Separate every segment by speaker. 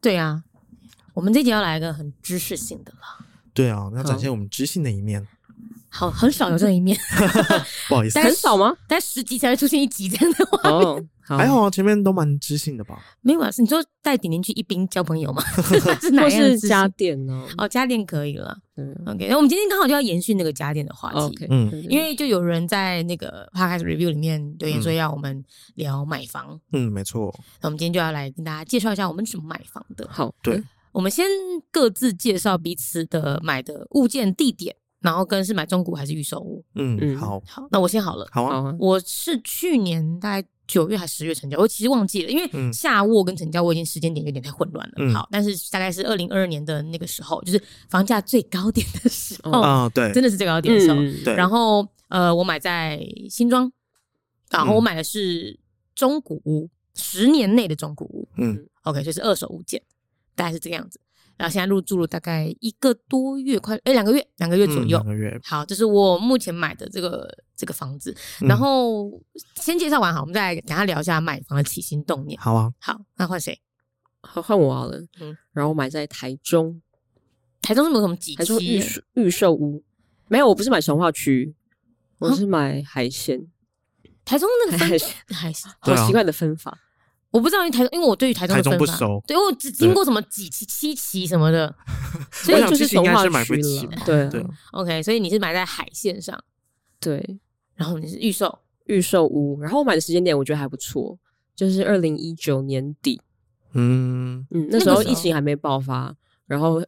Speaker 1: 对啊，我们这集要来一个很知识性的了，
Speaker 2: 对啊，要
Speaker 3: 嗯
Speaker 2: 展现我们知性的一面，
Speaker 1: 好，很少有这一面，
Speaker 2: 不好意思，
Speaker 1: 但
Speaker 3: 很少吗？
Speaker 1: 但十集才会出现一集这样的话，
Speaker 3: 哦，好
Speaker 2: 还好啊，前面都蛮知性的吧？
Speaker 1: 没有啊？你说带点点去一冰交朋友吗？ 是哪
Speaker 3: 或
Speaker 1: 样的
Speaker 3: 是
Speaker 1: 知识
Speaker 3: 家电呢？
Speaker 1: 哦，家电可以了。
Speaker 3: 对
Speaker 1: OK，那我们今天刚好就要延续那个家电的话题。
Speaker 3: ，OK，
Speaker 2: 嗯
Speaker 3: 对对对
Speaker 1: 因为就有人在那个 podcast review 里面留言说
Speaker 2: 嗯
Speaker 1: 要我们聊买房，
Speaker 2: 嗯，没错，
Speaker 1: 那我们今天就要来跟大家介绍一下我们怎么买房的。
Speaker 3: 好，
Speaker 2: 对
Speaker 1: 我们先各自介绍彼此的买的物件、地点，然后跟是买中古还是预售屋。
Speaker 2: 嗯，
Speaker 3: 嗯
Speaker 2: 好，
Speaker 1: 好，那我先好了，
Speaker 2: 好
Speaker 3: 好
Speaker 2: 啊，
Speaker 3: 啊，
Speaker 1: 我是去年大概九月还十月成交，我其实忘记了，因为
Speaker 2: 嗯
Speaker 1: 下卧跟成交我已经时间点有点太混乱了。
Speaker 2: 嗯
Speaker 1: 好，但是大概是二零二二年的那个时候，就是房价最高点的时候，
Speaker 3: 哦
Speaker 2: 啊，对
Speaker 1: 真，的是最高点的时候。
Speaker 3: 嗯
Speaker 2: 对，
Speaker 1: 然后呃，我买在新庄，然
Speaker 2: 嗯
Speaker 1: 后我买的是中古屋，十、年内的中古屋
Speaker 2: 嗯
Speaker 1: ，OK，就是二手物件，大概是这个样子。然后现在入住了大概一个多月，快哎两个月，两个月左
Speaker 2: 嗯
Speaker 1: 右。
Speaker 2: 两个月，
Speaker 1: 好，这是我目前买的这个这个房子。然
Speaker 2: 嗯
Speaker 1: 后、先介绍完好，我们再来等一下聊一下买房的起心动念。
Speaker 2: 好啊，
Speaker 1: 好，那换谁？
Speaker 3: 好换我好了
Speaker 1: 嗯。
Speaker 3: 然后我买在台中，
Speaker 1: 台中是不是有什么几
Speaker 3: 台中
Speaker 1: 期
Speaker 3: 预？售预售屋，没有，我不是买从化区，我
Speaker 1: 啊
Speaker 3: 是买海鲜，
Speaker 1: 台中那个分
Speaker 3: 还 是
Speaker 1: 还是
Speaker 3: 好
Speaker 2: 对啊
Speaker 3: 奇怪的分法。
Speaker 1: 我不知道因为台中，因为我对于台中的
Speaker 2: 台中
Speaker 1: 分
Speaker 2: 不
Speaker 1: 法
Speaker 2: 熟
Speaker 1: 对我只经过什么几期、七期什么 的。
Speaker 3: 所以
Speaker 2: 我想
Speaker 3: 就是
Speaker 2: 其实应
Speaker 3: 从
Speaker 2: 该
Speaker 3: 化
Speaker 2: 是买不
Speaker 3: 区
Speaker 2: 起
Speaker 3: 了
Speaker 2: 吧，
Speaker 3: 对啊
Speaker 2: 对，
Speaker 1: OK，所以你是买在海线上，
Speaker 3: 对，
Speaker 1: 然后你是预售，
Speaker 3: 预售屋。然后我买的时间点我觉得还不错，就是二零一九年底，
Speaker 2: 嗯，
Speaker 3: 嗯，
Speaker 1: 那
Speaker 3: 那
Speaker 1: 个
Speaker 3: 时候
Speaker 1: 时候
Speaker 3: 疫情还没爆发，然后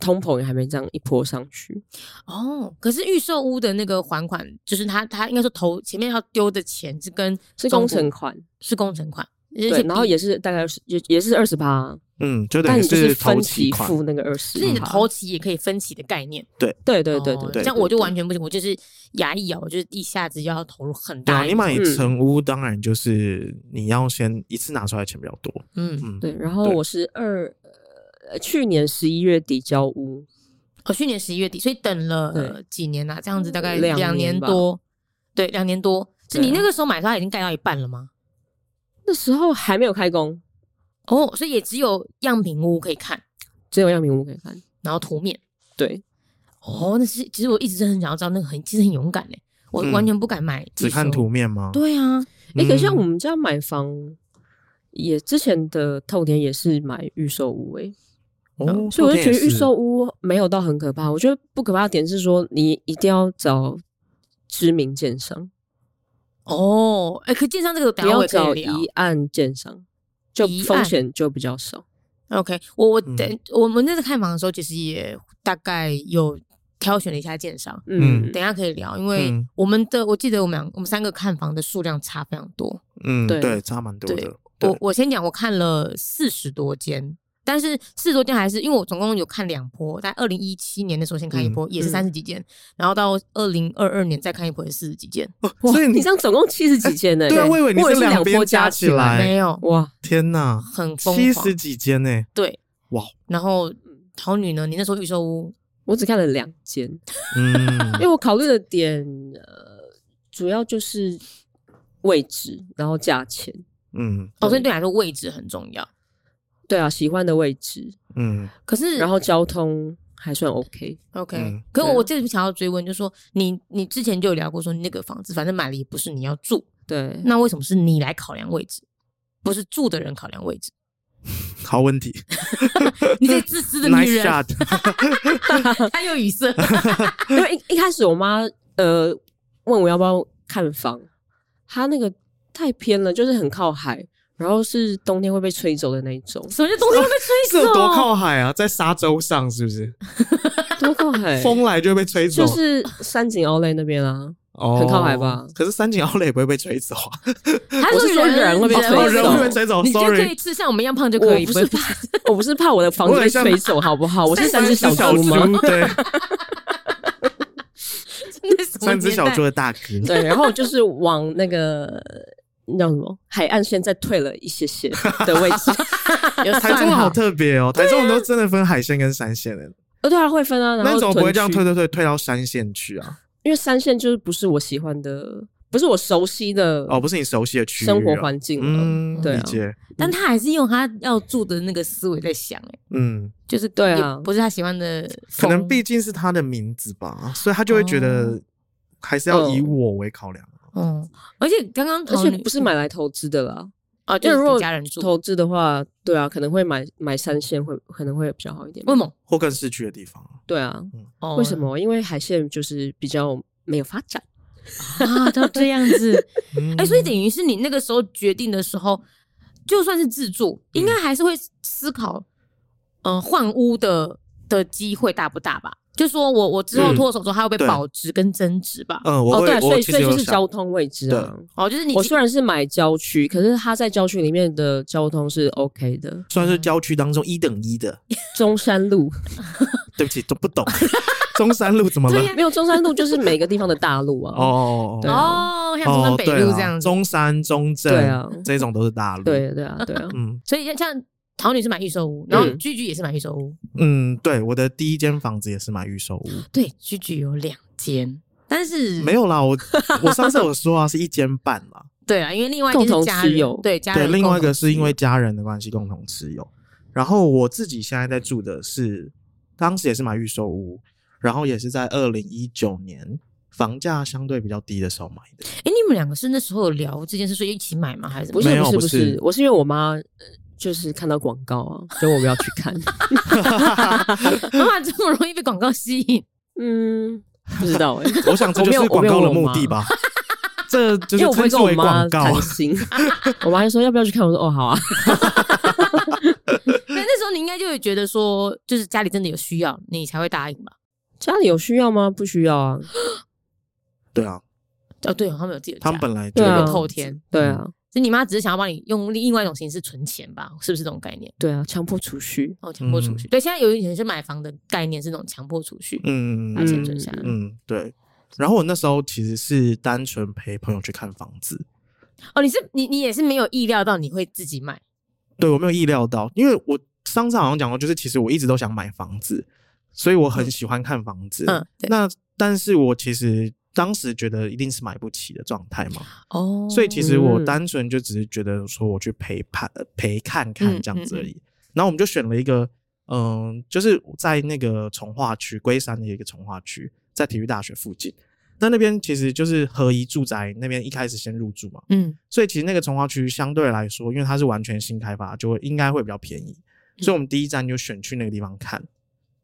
Speaker 3: 通膨也还没这样一波上去。
Speaker 1: 哦，可是预售屋的那个还款，就是他他应该说投前面要丢的钱是跟
Speaker 3: 是
Speaker 1: 中
Speaker 3: 工
Speaker 1: 古
Speaker 3: 程款，
Speaker 1: 是工程款，
Speaker 3: 对，然后
Speaker 1: 比
Speaker 3: 也是大概是也也是二十趴，
Speaker 2: 嗯，就等
Speaker 3: 但
Speaker 2: 于
Speaker 3: 你就是
Speaker 2: 投
Speaker 3: 分
Speaker 2: 期
Speaker 3: 期
Speaker 2: 款，
Speaker 3: 付那个二
Speaker 1: 就
Speaker 3: 十，
Speaker 1: 是你的头期也可以分期的概念。
Speaker 3: 对对对
Speaker 1: 哦
Speaker 3: 对
Speaker 1: 这
Speaker 3: 对，
Speaker 1: 样我就完全不行，我就是牙一咬，我就是一下子要投入很
Speaker 2: 对啊，
Speaker 1: 大一
Speaker 2: 你
Speaker 1: 笔。
Speaker 2: 买
Speaker 3: 嗯
Speaker 2: 成屋当然就是你要先一次拿出来的钱比较多，
Speaker 1: 嗯，
Speaker 2: 嗯，
Speaker 3: 对。然后
Speaker 2: 对
Speaker 3: 我是二呃去年十一月底交
Speaker 1: 我
Speaker 3: 屋，
Speaker 1: 哦去年十一月底，所以等了
Speaker 3: 对
Speaker 1: 呃几年啊，这样子大概
Speaker 3: 两
Speaker 1: 两
Speaker 3: 年吧
Speaker 1: 多，对，两年多。是你
Speaker 3: 对啊
Speaker 1: 那个时候买，它已经盖到一半了吗？
Speaker 3: 那时候还没有开工，
Speaker 1: 哦，所以也只有样品屋可以看，
Speaker 3: 只有样品屋可以看。
Speaker 1: 然后图面。
Speaker 3: 对，
Speaker 1: 哦，那是其实我一直真的很想要知道那个很，其实很勇敢嘞，我
Speaker 2: 嗯
Speaker 1: 完全不敢买，
Speaker 2: 只看。图面吗？
Speaker 1: 对啊，
Speaker 3: 哎、可是像
Speaker 2: 嗯
Speaker 3: 我们家买房，也之前的透田也是买预售屋、欸，
Speaker 2: 哦，
Speaker 3: 所以
Speaker 2: 昨天
Speaker 3: 我就觉
Speaker 2: 也
Speaker 3: 得预
Speaker 2: 是
Speaker 3: 售屋没有到很可怕。我觉得不可怕的点是说，你一定要找知名建商，
Speaker 1: 哦，哎、可建商这个等一
Speaker 3: 不
Speaker 1: 下我
Speaker 3: 要
Speaker 1: 也可
Speaker 3: 找
Speaker 1: 以聊。
Speaker 3: 一案建商，就
Speaker 1: 一案
Speaker 3: 风险就比较少。
Speaker 1: OK，我我
Speaker 2: 嗯
Speaker 1: 等、我们那次看房的时候，其实也大概有挑选了一下建商，
Speaker 3: 嗯，
Speaker 1: 等一下可以聊，因为
Speaker 2: 嗯
Speaker 1: 我们的、我记得我们两我们三个看房的数量差非常多。
Speaker 2: 嗯，
Speaker 3: 对
Speaker 2: 对，差蛮多
Speaker 1: 对
Speaker 2: 的。
Speaker 1: 我我先讲，我看了四十多间，但是四十多间还是因为我总共有看两波，在二零一七年的时候先看一波，也是三十几间，然后到二零二二年再看一波也是四十几间，
Speaker 3: 哇，
Speaker 2: 所以
Speaker 3: 你
Speaker 2: 你
Speaker 3: 这样总共七十几间呢、
Speaker 2: 对啊，我以为你
Speaker 3: 我
Speaker 2: 是
Speaker 3: 以为是
Speaker 2: 两
Speaker 3: 两
Speaker 2: 边
Speaker 3: 波加
Speaker 2: 起
Speaker 3: 起来
Speaker 2: 来，
Speaker 1: 没有
Speaker 3: 哇，
Speaker 2: 天哪，
Speaker 1: 很疯
Speaker 2: 七
Speaker 1: 狂
Speaker 2: 十，几间呢！
Speaker 1: 对，
Speaker 2: 哇，
Speaker 1: 然后桃女呢？你那时候预售屋
Speaker 3: 我只看了两间，因
Speaker 2: 嗯，
Speaker 3: 为我考虑的点，呃，主要就是位置，然后价钱。
Speaker 2: 嗯
Speaker 1: 哦，所以对你来说位置很重要，
Speaker 3: 对啊，喜欢的位置，
Speaker 2: 嗯
Speaker 1: 可是
Speaker 3: 然后交通还算 OK。
Speaker 1: OK，、
Speaker 2: 嗯
Speaker 1: 可我
Speaker 3: 对
Speaker 1: 我这里想要追问，就是说你你之前就有聊过说你那个房子反正买了也不是你要住，
Speaker 3: 对，
Speaker 1: 那为什么是你来考量位置，不是住的人考量位置？
Speaker 2: 好问题
Speaker 1: 你这自私的女
Speaker 2: ，nice
Speaker 1: 人，
Speaker 2: shot，
Speaker 1: 她又语塞。，
Speaker 3: 因为一一开始我妈呃问我要不要看房，她那个太偏了，就是很靠海，然后是冬天会被吹走的那一种
Speaker 1: 什么叫冬天会被
Speaker 2: 这
Speaker 1: 吹走？
Speaker 2: 有多靠海啊，在沙洲上是不是？
Speaker 3: 多靠海，
Speaker 2: 风来就会被吹走，
Speaker 3: 就是山景奥莱那边啊。
Speaker 2: 哦
Speaker 3: 很靠海吧
Speaker 2: 可是三井奥莱也不会被吹走啊，
Speaker 1: 还
Speaker 3: 我是说
Speaker 1: 人
Speaker 3: 人会被吹
Speaker 2: 哦，
Speaker 3: 走
Speaker 2: 人会被吹走
Speaker 1: 你就可
Speaker 2: ，sorry，
Speaker 1: 以吃像我们一样胖就可以，
Speaker 3: 我不是
Speaker 1: 会
Speaker 3: 怕，我不是怕我的房子被吹走，好不好？我是三只小猪吗？
Speaker 2: 猪，对，
Speaker 1: 真的是
Speaker 2: 三只 小猪
Speaker 1: 猪。
Speaker 2: 的大哥，
Speaker 3: 对，然后我就是往那个那叫什么海岸线再退了一些些的位 置。
Speaker 1: 有
Speaker 2: 台中
Speaker 1: 算
Speaker 2: 的好
Speaker 1: 好
Speaker 2: 特别哦，台中的都真的分海线跟山线的，
Speaker 3: 呃，对啊，会分啊。然
Speaker 2: 那
Speaker 3: 后
Speaker 2: 你怎么不会这样
Speaker 3: 屯区
Speaker 2: 推推推推到山线去啊？
Speaker 3: 因为三线就是不是我喜欢的不是我熟悉的
Speaker 2: 哦，不是你熟悉的区域了，
Speaker 3: 生活环境了。
Speaker 2: 嗯，
Speaker 3: 对啊
Speaker 2: 理解，
Speaker 1: 但他还是用他要住的那个思维在想、欸，
Speaker 2: 嗯，
Speaker 1: 就是
Speaker 3: 对啊
Speaker 1: 也不是他喜欢的
Speaker 2: 可
Speaker 1: 风，
Speaker 2: 能毕竟是他的名字吧，所以他就会觉得还是要以
Speaker 3: 哦
Speaker 2: 我为考量。
Speaker 1: 嗯，而且刚刚
Speaker 3: 而
Speaker 1: 桃
Speaker 3: 且
Speaker 1: 女
Speaker 3: 不是买来投资的啦，
Speaker 1: 哦，就
Speaker 3: 就是如
Speaker 1: 给
Speaker 3: 果
Speaker 1: 家
Speaker 2: 嗯
Speaker 1: 人住，
Speaker 3: 投资的话，对啊，可能会买买三线会可能会比较好一点。
Speaker 2: 嗯
Speaker 1: 为什么？
Speaker 2: 或更市区的地方，
Speaker 3: 对啊，
Speaker 1: 哦
Speaker 3: 为什么？因为海线就是比较没有发展。
Speaker 1: 啊？都这样子，
Speaker 2: 嗯
Speaker 1: 哎、所以等于是你那个时候决定的时候，就算是自住，
Speaker 2: 嗯
Speaker 1: 应该还是会思考，呃，换屋的的机会大不大吧？就说我我之后
Speaker 2: 嗯
Speaker 1: 脱手之后，它会被
Speaker 2: 对
Speaker 1: 保值跟增值吧？
Speaker 2: 嗯，我
Speaker 3: 哦，
Speaker 2: 会
Speaker 3: 对啊，所
Speaker 2: 我
Speaker 3: 以
Speaker 2: 其
Speaker 3: 所
Speaker 2: 实
Speaker 3: 以就
Speaker 2: 有
Speaker 3: 是
Speaker 2: 想
Speaker 3: 交通位置啊。
Speaker 1: 哦，就是你
Speaker 3: 我虽然是买郊区，可是它在郊区里面的交通是 OK 的，
Speaker 2: 算是郊区当中一等一的。
Speaker 1: 嗯
Speaker 3: 中山路。
Speaker 2: 对不起，都不懂 中山路怎么了
Speaker 1: 对呀？
Speaker 3: 没有中山路就是每个地方的大路啊。
Speaker 2: 哦哦哦
Speaker 3: 对
Speaker 2: 哦
Speaker 1: 哦，像中
Speaker 2: 哦，
Speaker 1: 山
Speaker 2: 哦
Speaker 1: 北
Speaker 2: 对
Speaker 1: 路
Speaker 2: 啦
Speaker 1: 这样子，
Speaker 2: 中山、中
Speaker 3: 对
Speaker 2: 正
Speaker 3: 啊
Speaker 2: 这种都是大路。，，
Speaker 3: 对对啊，对啊
Speaker 2: 嗯
Speaker 1: 所以像桃女是买预售屋，然后
Speaker 3: 嗯
Speaker 1: 居居也是买预售屋，
Speaker 2: 嗯，对，我的第一间房子也是买预售屋，
Speaker 1: 对，居居有两间，但是
Speaker 2: 没有啦， 我我上次有说啊，是一间半啦。
Speaker 1: 对啊，因为另外一间是
Speaker 3: 共同
Speaker 1: 家
Speaker 3: 持
Speaker 1: 人
Speaker 3: 有
Speaker 1: 对家
Speaker 2: 对，
Speaker 1: 人，
Speaker 2: 另外一个是因为家人的关系共同持有。然后我自己现在在住的是，当时也是买预售屋，然后也是在二零一九年房价相对比较低的时候买的。
Speaker 1: 哎、你们两个是那时候有聊这件事，所以一起买吗？还是
Speaker 3: 不
Speaker 2: 没
Speaker 3: 是
Speaker 2: 有
Speaker 3: 不是
Speaker 2: 不
Speaker 3: 不
Speaker 2: 是
Speaker 3: 是，我是因为我妈呃就是看到广告 啊，所以我不要去看。
Speaker 1: 妈妈这么容易被广告吸引？
Speaker 3: 嗯，不知道哎、
Speaker 2: 我想这
Speaker 3: 我
Speaker 2: 就
Speaker 3: 没有
Speaker 2: 是广告的
Speaker 3: 我没有
Speaker 2: 目
Speaker 3: 我
Speaker 2: 的吧，这 就
Speaker 3: 因
Speaker 2: 是
Speaker 3: 为我不
Speaker 2: 称
Speaker 3: 会
Speaker 2: 之
Speaker 3: 跟我
Speaker 2: 为
Speaker 3: 妈
Speaker 2: 广告啊
Speaker 3: 谈。心，我妈就说要不要去看，我说哦好啊，
Speaker 1: 对，那时候你应该就会觉得说，就是家里真的有需要，你才会答应吧？
Speaker 3: 家里有需要吗？不需要啊，
Speaker 2: 对啊，
Speaker 1: 哦，对哦，他们有自己的家，
Speaker 2: 他们本来就
Speaker 3: 对啊
Speaker 1: 有
Speaker 2: 有
Speaker 1: 透天，
Speaker 3: 对啊
Speaker 1: 所以你妈只是想要帮你用另外一种形式存钱吧？是不是这种概念？
Speaker 3: 对啊，强迫储蓄，
Speaker 1: 哦，强迫储蓄。对，现在有一些是买房的概念是那种强迫储蓄，
Speaker 2: 嗯
Speaker 1: 把钱存下来。
Speaker 2: 嗯，对。然后我那时候其实是单纯陪朋友去看房子，
Speaker 1: 哦，你是你你也是没有意料到你会自己买，
Speaker 2: 对我没有意料到，因为我上次好像讲过，就是其实我一直都想买房子，所以我
Speaker 3: 嗯
Speaker 2: 很喜欢看房子。
Speaker 1: 嗯，对，
Speaker 2: 那但是我其实当时觉得一定是买不起的状态嘛，
Speaker 1: 哦，
Speaker 2: 所以其实我
Speaker 3: 嗯
Speaker 2: 单纯就只是觉得说我去陪看呃陪看看
Speaker 1: 嗯
Speaker 2: 这样
Speaker 1: 嗯
Speaker 2: 子而已。然后我们就选了一个，嗯，就是在那个从化区龟山的一个从化区，在体育大学附近。那那边其实就是合一住宅那边一开始先入住嘛，
Speaker 1: 嗯，
Speaker 2: 所以其实那个从化区相对来说，因为它是完全新开发，就会应该会比较便宜。
Speaker 1: 嗯
Speaker 2: 所以我们第一站就选去那个地方看，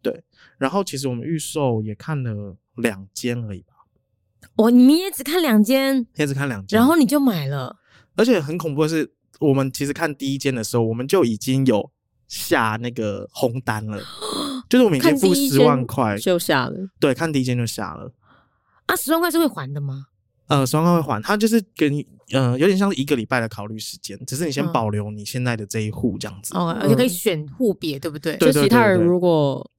Speaker 2: 对。然后其实我们预售也看了两间而已吧，
Speaker 1: 我哦你们也只看两间，
Speaker 2: 也只看两间。
Speaker 1: 然后你就买了，
Speaker 2: 而且很恐怖的是，我们其实看第一间的时候，我们就已经有下那个红单了，就是我们已经
Speaker 3: 看第
Speaker 2: 付
Speaker 3: 一
Speaker 2: 十
Speaker 3: 间
Speaker 2: 万块，
Speaker 3: 就下了，
Speaker 2: 对，看第一间就下了。
Speaker 1: 啊，十万块是会还的吗？
Speaker 2: 呃，十万块会还，它就是给你，呃，有点像是一个礼拜的考虑时间，只是你先
Speaker 1: 嗯
Speaker 2: 保留你现在的这一户这样子。
Speaker 1: 哦，而且可以选户别，对不对？
Speaker 2: 嗯对
Speaker 3: 就其他人如果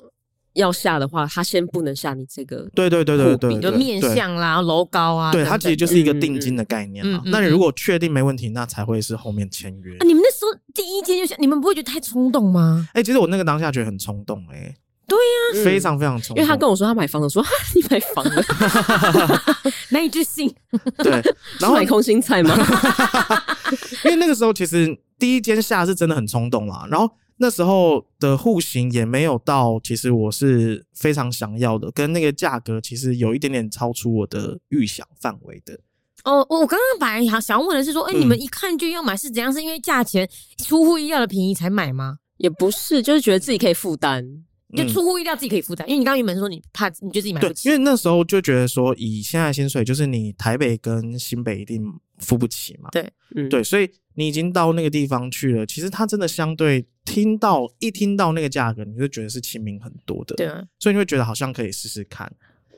Speaker 3: 要下的话，他先不能下你这个，
Speaker 2: 对对对对对
Speaker 1: 你
Speaker 2: 对，
Speaker 1: 就面
Speaker 2: 对
Speaker 1: 向啦、楼高啊等
Speaker 2: 对，
Speaker 1: 等，
Speaker 2: 它其实就是一个
Speaker 3: 嗯
Speaker 2: 定
Speaker 3: 嗯
Speaker 2: 金的概念啊
Speaker 1: 嗯。嗯
Speaker 2: 那你
Speaker 1: 嗯
Speaker 2: 如果确定没问题，那才会是后面签约
Speaker 1: 啊，。你们那时候第一间就想，你们不会觉得太冲动吗？
Speaker 2: 哎，其实我那个当下觉得很冲动，哎，
Speaker 3: 嗯
Speaker 2: 非。常非常冲动，
Speaker 3: 因为他跟我说他买房子，我说哈你买房了，
Speaker 1: 难以置信，
Speaker 2: 对，然
Speaker 3: 是
Speaker 2: 后
Speaker 3: 买空心菜吗？
Speaker 2: 因为那个时候其实第一间下是真的很冲动啦，然后那时候的户型也没有到，其实我是非常想要的，跟那个价格其实有一点点超出我的预想范围的。
Speaker 1: 哦，我我刚刚本来想想问的是说，哎、
Speaker 2: 嗯
Speaker 1: 你们一看就要买是怎样？是因为价钱出乎意料的便宜才买吗？
Speaker 3: 也不是，就是觉得自己可以负担，
Speaker 1: 就
Speaker 2: 嗯
Speaker 1: 出乎意料自己可以负担，因为你刚刚原本说你怕，你就自己买
Speaker 2: 对
Speaker 1: 不，起
Speaker 2: 因为那时候就觉得说，以现在的薪水，就是你台北跟新北一定付不起嘛。
Speaker 3: 嗯，
Speaker 2: 对，所以你已经到那个地方去了，其实它真的相对听到一听到那个价格，你就觉得是亲民很多的。
Speaker 1: 对啊，
Speaker 2: 所以你会觉得好像可以试试看。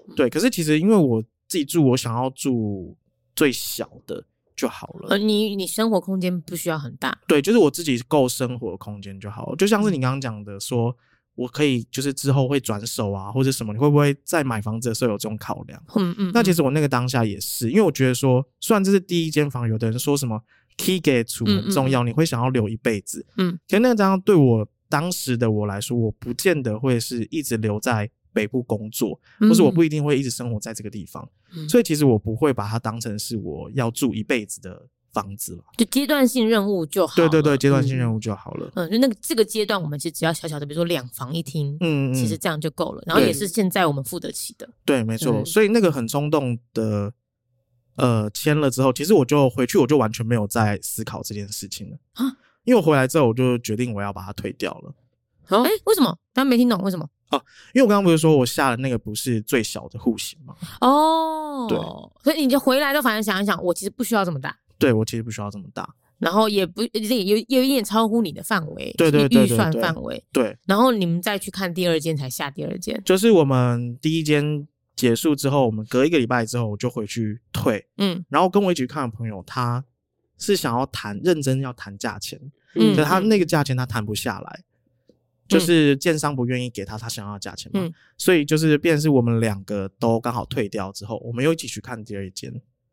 Speaker 1: 嗯
Speaker 2: 对，可是其实因为我自己住，我想要住最小的就好了。
Speaker 1: 呃，你你生活空间不需要很大，
Speaker 2: 对，就是我自己够生活空间就好了。就像是
Speaker 1: 嗯
Speaker 2: 你刚刚讲的说。我可以就是之后会转手啊，或者什么，你会不会在买房子的时候有这种考量？
Speaker 1: 嗯嗯，
Speaker 2: 那其
Speaker 1: 实
Speaker 2: 实我那个当下也是，因为我觉得说，虽然这是第一间房，有的人说什么 key get 处
Speaker 1: 嗯嗯
Speaker 2: 很重要，你会想要留一辈子，
Speaker 1: 嗯，
Speaker 2: 可是那个当对我当时的我来说，我不见得会是一直留在北部工作，
Speaker 1: 嗯
Speaker 2: 或是我不一定会一直生活在这个地方，
Speaker 3: 嗯
Speaker 2: 所以其实我不会把它当成是我要住一辈子的房子了。
Speaker 1: 就阶段性任务就好。
Speaker 2: 对对对，，阶段性
Speaker 3: 嗯
Speaker 2: 任务就好了。
Speaker 1: 嗯，就那个这个阶段，我们其实只要小小的，比如说两房一厅，
Speaker 2: 嗯，嗯
Speaker 1: 其实这样就够了。然后
Speaker 2: 对
Speaker 1: 也是现在我们付得起的。
Speaker 2: 对，没错。
Speaker 3: 对
Speaker 2: 所以那个很冲动的，呃，签了之后，其实我就回去，我就完全没有在思考这件事情了
Speaker 1: 啊。
Speaker 2: 因为我回来之后，我就决定我要把它退掉了。
Speaker 3: 好
Speaker 1: 哎、，为什么？大家没听懂为什么？
Speaker 2: 因为我刚刚不是说我下的那个不是最小的户型嘛？
Speaker 1: 哦，
Speaker 2: 对，
Speaker 1: 所以你就回来就反正想一想，我其实不需要这么大，
Speaker 2: 对我其实不需要这么大。
Speaker 1: 然后也不也有有一点超乎你的范围，
Speaker 2: 对对
Speaker 1: 预
Speaker 2: 对
Speaker 1: 预
Speaker 2: 对
Speaker 1: 算
Speaker 2: 对
Speaker 1: 范围。
Speaker 2: 对，
Speaker 1: 然后你们再去看第二间才下第二间，
Speaker 2: 就是我们第一间结束之后，我们隔一个礼拜之后，我就回去退。
Speaker 1: 嗯
Speaker 2: 然后跟我一起去看的朋友，他是想要谈认真要谈价钱，
Speaker 1: 嗯
Speaker 2: 可是他那个价钱他谈不下来，就是建商不愿意给他他想要的价钱嘛，
Speaker 1: 嗯
Speaker 2: 所以就是便是我们两个都刚好退掉之后，我们又一起去看第二间，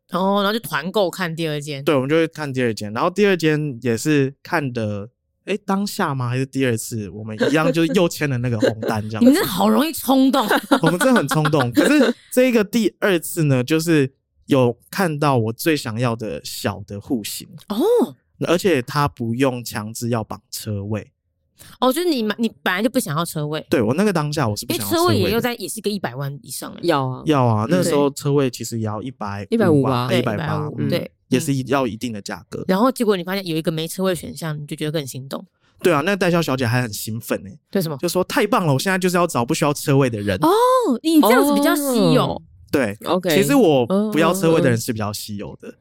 Speaker 1: 然后然后就团购看第二间，
Speaker 2: 对，我们就会看第二间，然后第二间也是看的，哎，当下吗？还是第二次？我们一样就是又签了那个红单这样
Speaker 1: 你
Speaker 2: 子
Speaker 1: 们真的好容易冲动，
Speaker 2: 我们真的很冲动。可是这个第二次呢，就是有看到我最想要的小的户型，
Speaker 1: 哦
Speaker 2: 而且他不用强制要绑车位。
Speaker 1: 哦，就是你买你本来就不想要车位，
Speaker 2: 对我那个当下我是不
Speaker 1: 因为
Speaker 2: 想要
Speaker 1: 车位也
Speaker 2: 的
Speaker 1: 又在也是个一百万以上了，
Speaker 3: 要啊，
Speaker 2: 要啊，那个时
Speaker 1: 对
Speaker 2: 候车位其实也要一百
Speaker 3: 150吧
Speaker 2: 吧，
Speaker 1: 对
Speaker 2: 百八
Speaker 1: 150，
Speaker 2: 嗯
Speaker 1: 对
Speaker 2: 也是一要一定的价格。
Speaker 1: 然后结果你发现有一个没车位选项，你就觉得更心动，
Speaker 2: 对啊，那个代销小姐还很兴奋呢，
Speaker 1: 对什么？
Speaker 2: 就说太棒了，我现在就是要找不需要车位的人。
Speaker 1: 哦哦，你这样子比较稀有，
Speaker 3: 哦
Speaker 2: 对，
Speaker 3: ，OK，
Speaker 2: 其实我
Speaker 3: 嗯
Speaker 2: 不要车位的人
Speaker 3: 嗯
Speaker 2: 是比较稀有的。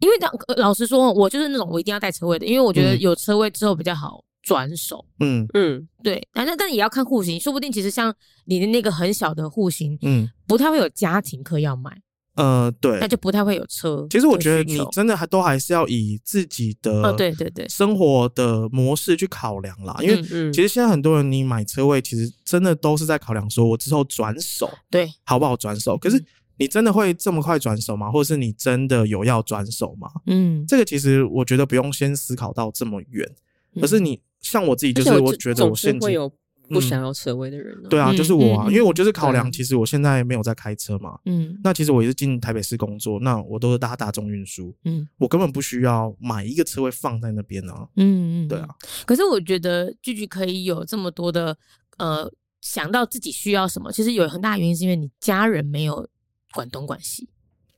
Speaker 1: 因为当、呃老实说，我就是那种我一定要带车位的，因为我觉得
Speaker 2: 嗯
Speaker 1: 有车位之后比较好转手。
Speaker 2: 嗯
Speaker 3: 嗯，
Speaker 1: 对，但但但也要看户型，说不定其实像你的那个很小的户型，
Speaker 2: 嗯
Speaker 1: 不太会有家庭客要买，
Speaker 2: 呃，对
Speaker 1: 那，就不太会有车的需求。
Speaker 2: 其实我觉得你真的还都还是要以自己
Speaker 1: 哦，
Speaker 2: 的
Speaker 1: 对对对，
Speaker 2: 生活的模式去考量啦，因为
Speaker 1: 嗯
Speaker 3: 嗯，
Speaker 2: 其实现在很多人你买车位，其实真的都是在考量说我之后转手
Speaker 1: 对，
Speaker 2: 好不好转
Speaker 3: 嗯
Speaker 2: 手。可是你真的会这么快转手吗？或者是你真的有要转手吗？
Speaker 1: 嗯，
Speaker 2: 这个其实我觉得不用先思考到这么远，
Speaker 1: 嗯
Speaker 2: 而是你像我自己，就
Speaker 3: 而
Speaker 2: 是
Speaker 3: 且我
Speaker 2: 我
Speaker 3: 就
Speaker 2: 觉得我
Speaker 3: 总是
Speaker 2: 现
Speaker 3: 会
Speaker 2: 今
Speaker 3: 有不想要车位的人啊，
Speaker 2: 对啊，
Speaker 1: 嗯
Speaker 2: 就是我啊，
Speaker 1: 嗯嗯
Speaker 2: 因为我就是考
Speaker 3: 对
Speaker 2: 量，
Speaker 3: 啊
Speaker 2: 其实我现在没有在开车嘛。
Speaker 1: 嗯
Speaker 2: 那其实我也是进台北市工作，那我都是搭大众运输，
Speaker 1: 嗯
Speaker 2: 我根本不需要买一个车位放在那边啊。
Speaker 1: 嗯嗯，
Speaker 2: 对啊。
Speaker 1: 可是我觉得句句可以有这么多的呃，想到自己需要什么，其实有很大原因是因为你家人没有管东管西。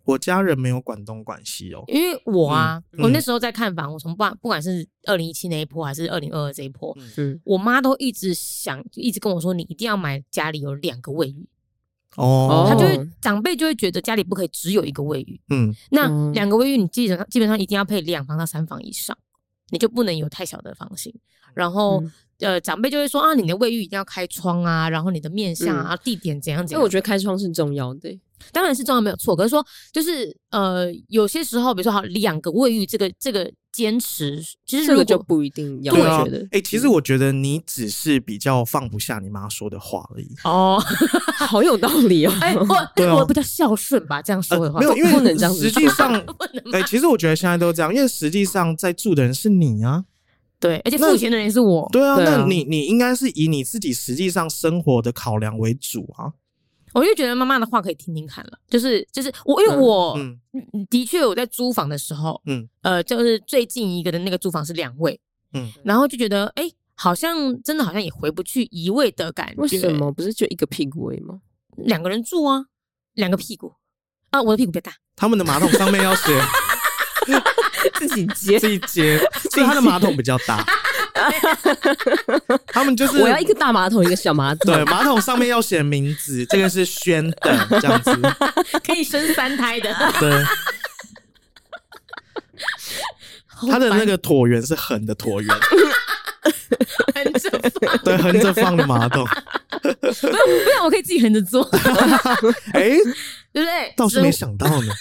Speaker 2: 我家人没有管东管西哦，
Speaker 1: 因为我啊，
Speaker 2: 嗯
Speaker 1: 我
Speaker 2: 嗯
Speaker 1: 那时候在看房，我从不管不管是二零一七那一波，还是二零二二这一波，
Speaker 3: 嗯，
Speaker 1: 我妈都一直想，一直跟我说，你一定要买家里有两个卫浴。
Speaker 2: 哦，
Speaker 1: 她就会
Speaker 3: 哦
Speaker 1: 长辈就会觉得家里不可以只有一个卫浴，
Speaker 2: 嗯
Speaker 1: 那
Speaker 3: 嗯
Speaker 1: 两个卫浴你基本上基本上一定要配两房到三房以上，你就不能有太小的房型。然后、
Speaker 3: 嗯
Speaker 1: 呃，长辈就会说啊，你的卫浴一定要开窗啊，然后你的面向
Speaker 3: 嗯
Speaker 1: 啊、地点怎样怎
Speaker 3: 因
Speaker 1: 样。
Speaker 3: 为我觉得开窗是重要的欸，
Speaker 1: 当然是重要没有错，可是说就是呃，有些时候，比如说好两个卫浴这个这个坚持，其实
Speaker 3: 这
Speaker 1: 如
Speaker 3: 个
Speaker 1: 果
Speaker 3: 就不一定要，我
Speaker 1: 对
Speaker 2: 啊
Speaker 3: 觉得
Speaker 2: 哎、，其实我觉得你只是比较放不下你妈说的话而已。
Speaker 1: 哦，
Speaker 3: 好有道理哦，
Speaker 1: 哎、我
Speaker 2: 对啊呃
Speaker 1: 我比较孝顺吧，这样说的话，
Speaker 2: 没有，因为
Speaker 3: 不能这样子
Speaker 2: 实际
Speaker 3: 说
Speaker 2: 上，
Speaker 1: 不能
Speaker 2: 哎、其实我觉得现在都这样，因为实际上在住的人是你啊，
Speaker 1: 对，而且付钱的人也是我，
Speaker 2: 对啊，
Speaker 3: 对啊
Speaker 2: 那你你应该是以你自己实际上生活的考量为主啊。
Speaker 1: 我就觉得妈妈的话可以听听看了，就是就是我，因为我、
Speaker 3: 哦
Speaker 2: 嗯
Speaker 1: 的确我在租房的时候，
Speaker 2: 嗯
Speaker 1: 呃，就是最近一个的那个租房是两位，
Speaker 2: 嗯，
Speaker 1: 然后就觉得哎、好像真的好像也回不去一位的感觉，
Speaker 3: 为什么不是就一个屁股而已吗？
Speaker 1: 两个人住啊，两个屁股啊，我的屁股比较大。
Speaker 2: 他们的马桶上面要写
Speaker 3: 自己接
Speaker 2: 自己接，所以他的马桶比较大。他们就是
Speaker 3: 我要一个大马桶，一个小马桶
Speaker 2: 对，马桶上面要写名字，这个是宣的这样子。
Speaker 1: 可以生三胎 的，
Speaker 2: 对，它的那
Speaker 1: 个
Speaker 2: 个椭圆是横的椭圆，
Speaker 1: 横着放，
Speaker 2: 对，横着放的 马桶。
Speaker 1: 不用不用，我可以自己横着 坐，对
Speaker 2: 哎、
Speaker 1: 不对？
Speaker 2: 倒是没想到呢。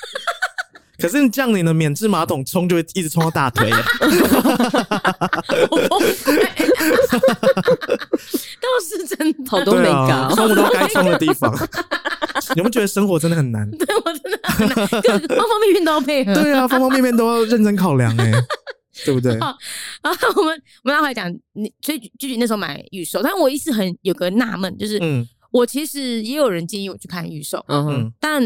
Speaker 2: 可是你这样，你的免治马桶冲就会一直冲到大 腿耶。
Speaker 1: 我崩溃倒是真的，
Speaker 3: 好多
Speaker 2: 对
Speaker 3: 美
Speaker 2: 啊，
Speaker 3: 感哦
Speaker 2: 冲不到该冲的地 方。你们觉得生活真的很难？
Speaker 1: 对我真的很难，就是方方面面都要配合。
Speaker 2: 对啊，方方面面都要认真 考量哎，对不
Speaker 1: 哦
Speaker 2: 对？
Speaker 1: 然后我们我们要回来讲，你所以菊菊那时候买预售，但我一直很有个纳闷，就是
Speaker 2: 嗯
Speaker 1: 我其实也有人建议我去看预售，
Speaker 3: 嗯哼
Speaker 2: 嗯，
Speaker 1: 但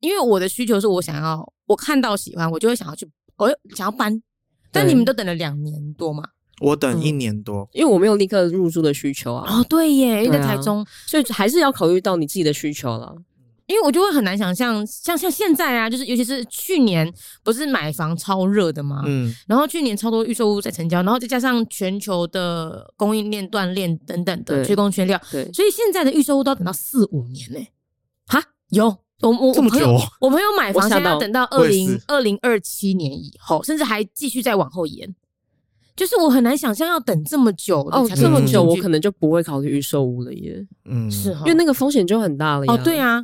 Speaker 1: 因为我的需求是我想要，我看到喜欢，我就会想要去，我会想要搬。但
Speaker 3: 对
Speaker 1: 你们都等了两年多嘛？
Speaker 2: 我等
Speaker 1: 嗯
Speaker 2: 一年多，
Speaker 3: 因为我没有立刻入住的需求啊，
Speaker 1: 哦，对耶，因为在
Speaker 3: 对啊
Speaker 1: 台中，
Speaker 3: 所以还是要考虑到你自己的需求了。
Speaker 1: 因为我就会很难想象，像像现在啊，就是尤其是去年不是买房超热的嘛，
Speaker 2: 嗯，
Speaker 1: 然后去年超多预售屋在成交，然后再加上全球的供应链断裂等等的
Speaker 3: 对
Speaker 1: 缺工缺料，
Speaker 3: 对，
Speaker 1: 所以现在的预售屋都要等到四五年呢、哈，有我我我
Speaker 2: 这么
Speaker 1: 朋友
Speaker 2: 久哦，
Speaker 1: 我朋友买房
Speaker 3: 我
Speaker 1: 现
Speaker 3: 吓
Speaker 1: 在要
Speaker 3: 到
Speaker 1: 等到二
Speaker 2: 我也
Speaker 1: 零
Speaker 2: 是
Speaker 1: 二零二七年以后，甚至还继续再往后延。就是我很难想象要等这么久
Speaker 3: 哦，
Speaker 1: 你才
Speaker 3: 这么
Speaker 1: 能
Speaker 3: 久
Speaker 1: 进
Speaker 3: 我
Speaker 1: 去
Speaker 3: 可能就不会考虑预售屋了耶，
Speaker 2: 嗯，
Speaker 1: 是哦
Speaker 3: 因为那个风险就很大了呀。
Speaker 1: 哦对，啊，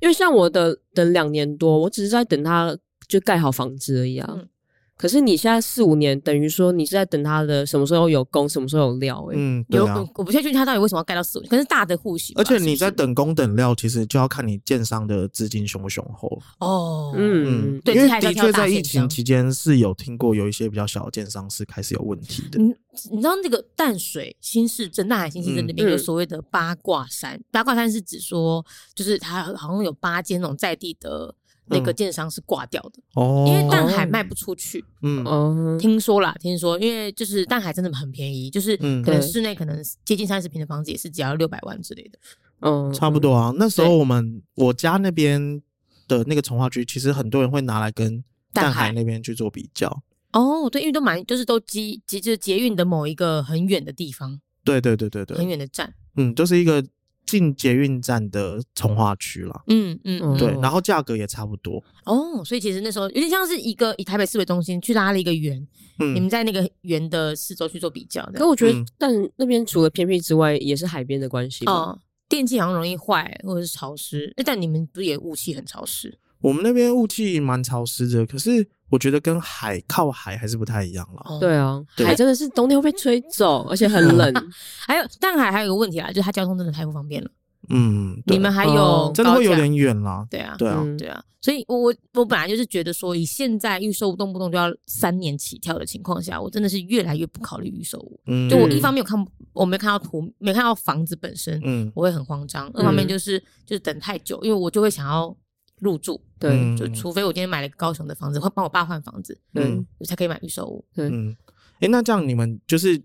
Speaker 3: 因为像我的等两年多，我只是在等它就盖好房子而已啊。
Speaker 1: 嗯
Speaker 3: 可是你现在四五年，等于说你是在等它的什么时候有工，什么时候有料、欸，
Speaker 2: 嗯，对
Speaker 1: 有
Speaker 2: 啊
Speaker 1: 我。我不太确定他到底为什么要盖到四五年，可能是大的户型吧，
Speaker 2: 而且
Speaker 1: 是
Speaker 2: 你
Speaker 1: 不
Speaker 2: 在
Speaker 1: 是
Speaker 2: 等工等料，其实就要看你建商的资金雄不雄厚。
Speaker 1: 哦，嗯，
Speaker 3: 嗯，
Speaker 1: 对
Speaker 2: 因
Speaker 1: 这
Speaker 2: 为
Speaker 1: 还是要
Speaker 2: 的
Speaker 1: 挑
Speaker 2: 确
Speaker 1: 大
Speaker 2: 在疫
Speaker 1: 建商
Speaker 2: 情期间是有听过有一些比较小的建商是开始有问题
Speaker 1: 嗯
Speaker 2: 的。
Speaker 1: 你知道那个淡水新市镇、大海新市镇那边
Speaker 3: 嗯
Speaker 1: 有所谓的八卦山，八卦山是指说，就是它好像有八间那种在地的那个
Speaker 2: 嗯
Speaker 1: 建商是挂掉的，
Speaker 2: 哦，
Speaker 1: 因为淡海
Speaker 3: 哦
Speaker 1: 卖不出去。
Speaker 2: 嗯
Speaker 3: 哦，
Speaker 1: 听说啦，听说，因为就是淡海真的很便宜，就是
Speaker 2: 嗯
Speaker 1: 可能
Speaker 3: 对
Speaker 1: 室内可能接近三十平的房子也是只要六百万之类的。
Speaker 3: 嗯，
Speaker 2: 差不多啊。那时候我们我家那边的那个从化区，其实很多人会拿来跟
Speaker 1: 淡
Speaker 2: 淡
Speaker 1: 海
Speaker 2: 海那边去做比较。
Speaker 1: 哦，对，因为都蛮就是都集集就是捷运的某一个很远的地方，
Speaker 2: 对对对对
Speaker 1: 很
Speaker 2: 对，
Speaker 1: 远的站。
Speaker 2: 嗯，就是一个近捷运站的从化区啦。
Speaker 1: 嗯嗯，嗯
Speaker 3: 嗯
Speaker 2: 对，然后价格也差不多。
Speaker 1: 哦，所以其实那时候有点像是一个以台北市为中心去拉了一个圆，你
Speaker 2: 嗯
Speaker 1: 们在那个圆的四周去做比较的。
Speaker 3: 可我觉得，
Speaker 2: 嗯
Speaker 3: 但那边除了偏僻之外，也是海边的关系吧。
Speaker 1: 哦，电器好像容易坏或者是潮湿，诶但你们不是也雾气很潮湿？
Speaker 2: 我们那边雾气蛮潮湿的，可是我觉得跟海靠海还是不太一样啦。
Speaker 1: 哦，
Speaker 3: 对。啊，
Speaker 2: 对
Speaker 3: 海真的是冬天会被吹走，而且很冷。
Speaker 1: 还有淡海还有一个问题啦，就是它交通真的太不方便了。
Speaker 2: 嗯，对
Speaker 1: 你们还有
Speaker 3: 哦
Speaker 2: 真的会有
Speaker 1: 高架
Speaker 2: 点远啦。
Speaker 1: 对啊，
Speaker 2: 对啊，
Speaker 3: 嗯
Speaker 1: 对啊。所以我我我本来就是觉得说，以现在预售屋动不动就要三年起跳的情况下，我真的是越来越不考虑预售屋。
Speaker 2: 嗯，
Speaker 1: 就我
Speaker 3: 嗯
Speaker 1: 一方面有看我没看到图，没看到房子本身，
Speaker 2: 嗯，
Speaker 1: 我会很慌张；二方面就是就是等太久，因为我就会想要入住。
Speaker 3: 对、
Speaker 2: 嗯
Speaker 1: 就除非我今天买了一个高雄的房子，会帮我爸换房子，
Speaker 3: 对
Speaker 2: 嗯，
Speaker 1: 我才可以买预售屋。
Speaker 2: 嗯，哎，那这样你们就是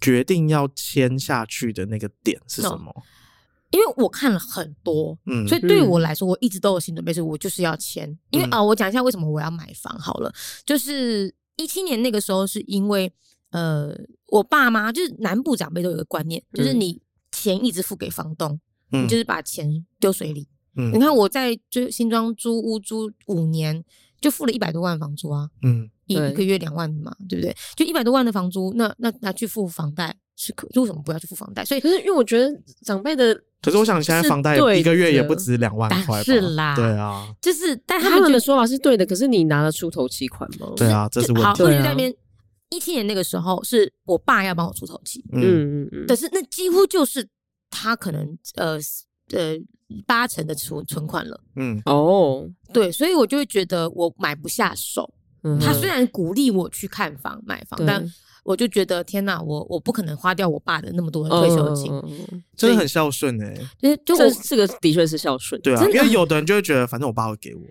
Speaker 2: 决定要签下去的那个点是什么？
Speaker 1: 因为我看了很多，
Speaker 2: 嗯，
Speaker 1: 哦所以对
Speaker 3: 嗯
Speaker 1: 我来说，我一直都有心理准备，是我就是要签。因为
Speaker 2: 嗯
Speaker 1: 啊、我讲一下为什么我要买房好了，就是一七年那个时候，是因为呃，我爸妈就是南部长辈都有一个观念，就是
Speaker 3: 嗯
Speaker 1: 你钱一直付给房东，
Speaker 2: 嗯
Speaker 1: 你就是把钱丢水里。你
Speaker 2: 嗯
Speaker 1: 看我在就新庄租屋租五年，就付了一百多万房租啊，
Speaker 2: 嗯
Speaker 1: 一
Speaker 3: 对
Speaker 1: 一个月两万嘛，对不对？就一百多万的房租，那那拿去付房贷是可，为什么不要去付房贷？所以
Speaker 3: 可是因为我觉得长辈的
Speaker 2: 可是我想现在房贷
Speaker 3: 是对的
Speaker 2: 一个月也不止两万块吧，
Speaker 1: 但是啦
Speaker 2: 对啊，
Speaker 1: 就是，但他
Speaker 3: 他
Speaker 1: 们
Speaker 3: 们
Speaker 1: 就
Speaker 3: 的说法是对的，可是你拿得出头期款吗？
Speaker 2: 对啊，这是问
Speaker 1: 好，
Speaker 2: 题。
Speaker 1: 我
Speaker 3: 对
Speaker 1: 就
Speaker 3: 啊
Speaker 1: 在那边一七年那个时候，是我爸要帮我出头期，
Speaker 2: 嗯
Speaker 3: 嗯嗯嗯，
Speaker 1: 但是那几乎就是他可能呃呃八成的存存款了。
Speaker 2: 嗯
Speaker 3: 哦，
Speaker 1: 对，所以我就会觉得我买不下手。
Speaker 3: 嗯
Speaker 1: 他虽然鼓励我去看房、买房，
Speaker 3: 对
Speaker 1: 但我就觉得天哪，我我不可能花掉我爸的那么多的退休金。
Speaker 3: 嗯嗯嗯嗯
Speaker 2: 真的很孝顺哎，
Speaker 1: 就是就
Speaker 3: 这
Speaker 1: 我
Speaker 3: 这个的确是孝顺，
Speaker 2: 对啊，
Speaker 1: 真的
Speaker 2: 因为有的人就会觉得，反正我爸会给我，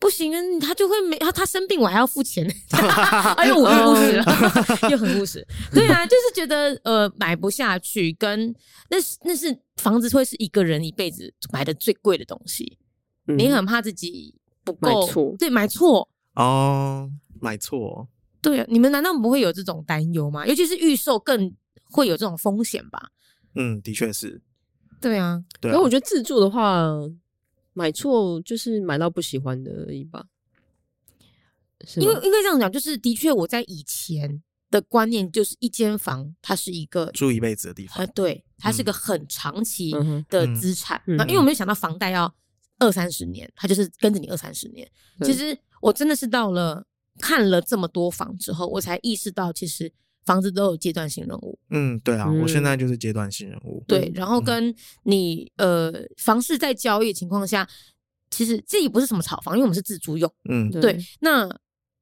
Speaker 1: 不行啊，他就会没他他生病我还要付 钱，哎呦，我很务 实了，又很务实。对啊，就是觉得呃买不下去，跟那是那是房子会是一个人一辈子买的最贵的东西，
Speaker 3: 嗯，
Speaker 1: 你很怕自己不
Speaker 3: 买
Speaker 1: 够
Speaker 3: 错，
Speaker 1: 对，买错。
Speaker 2: 哦，买错，
Speaker 1: 对啊，你们难道不会有这种担忧吗？尤其是预售更会有这种风险吧？
Speaker 2: 嗯，的确是，
Speaker 1: 对啊，
Speaker 2: 对
Speaker 3: 可
Speaker 2: 啊
Speaker 3: 我，觉得自助的话，买错就是买到不喜欢的而已吧。是
Speaker 1: 因为
Speaker 3: 吗
Speaker 1: 因为这样讲，就是的确我在以前的观念就是一间房它是一个
Speaker 2: 住一辈子的地
Speaker 1: 呃
Speaker 2: 方，
Speaker 1: 对，它是
Speaker 2: 嗯
Speaker 1: 个很长期
Speaker 3: 嗯哼
Speaker 1: 的
Speaker 2: 嗯
Speaker 1: 资产。
Speaker 3: 嗯
Speaker 1: 那、因为我没有想到房贷要二三十年，它就是跟着你二三十年。
Speaker 3: 对
Speaker 1: 其实我真的是到了看了这么多房之后，我才意识到其实房子都有阶段性任务。
Speaker 2: 嗯，对啊，我现
Speaker 3: 嗯
Speaker 2: 在就是阶段性人物，
Speaker 1: 对，然后
Speaker 2: 嗯
Speaker 1: 跟你呃房市在交易的情况下，其实这也不是什么炒房，因为我们是自住用。
Speaker 2: 嗯
Speaker 1: 对，那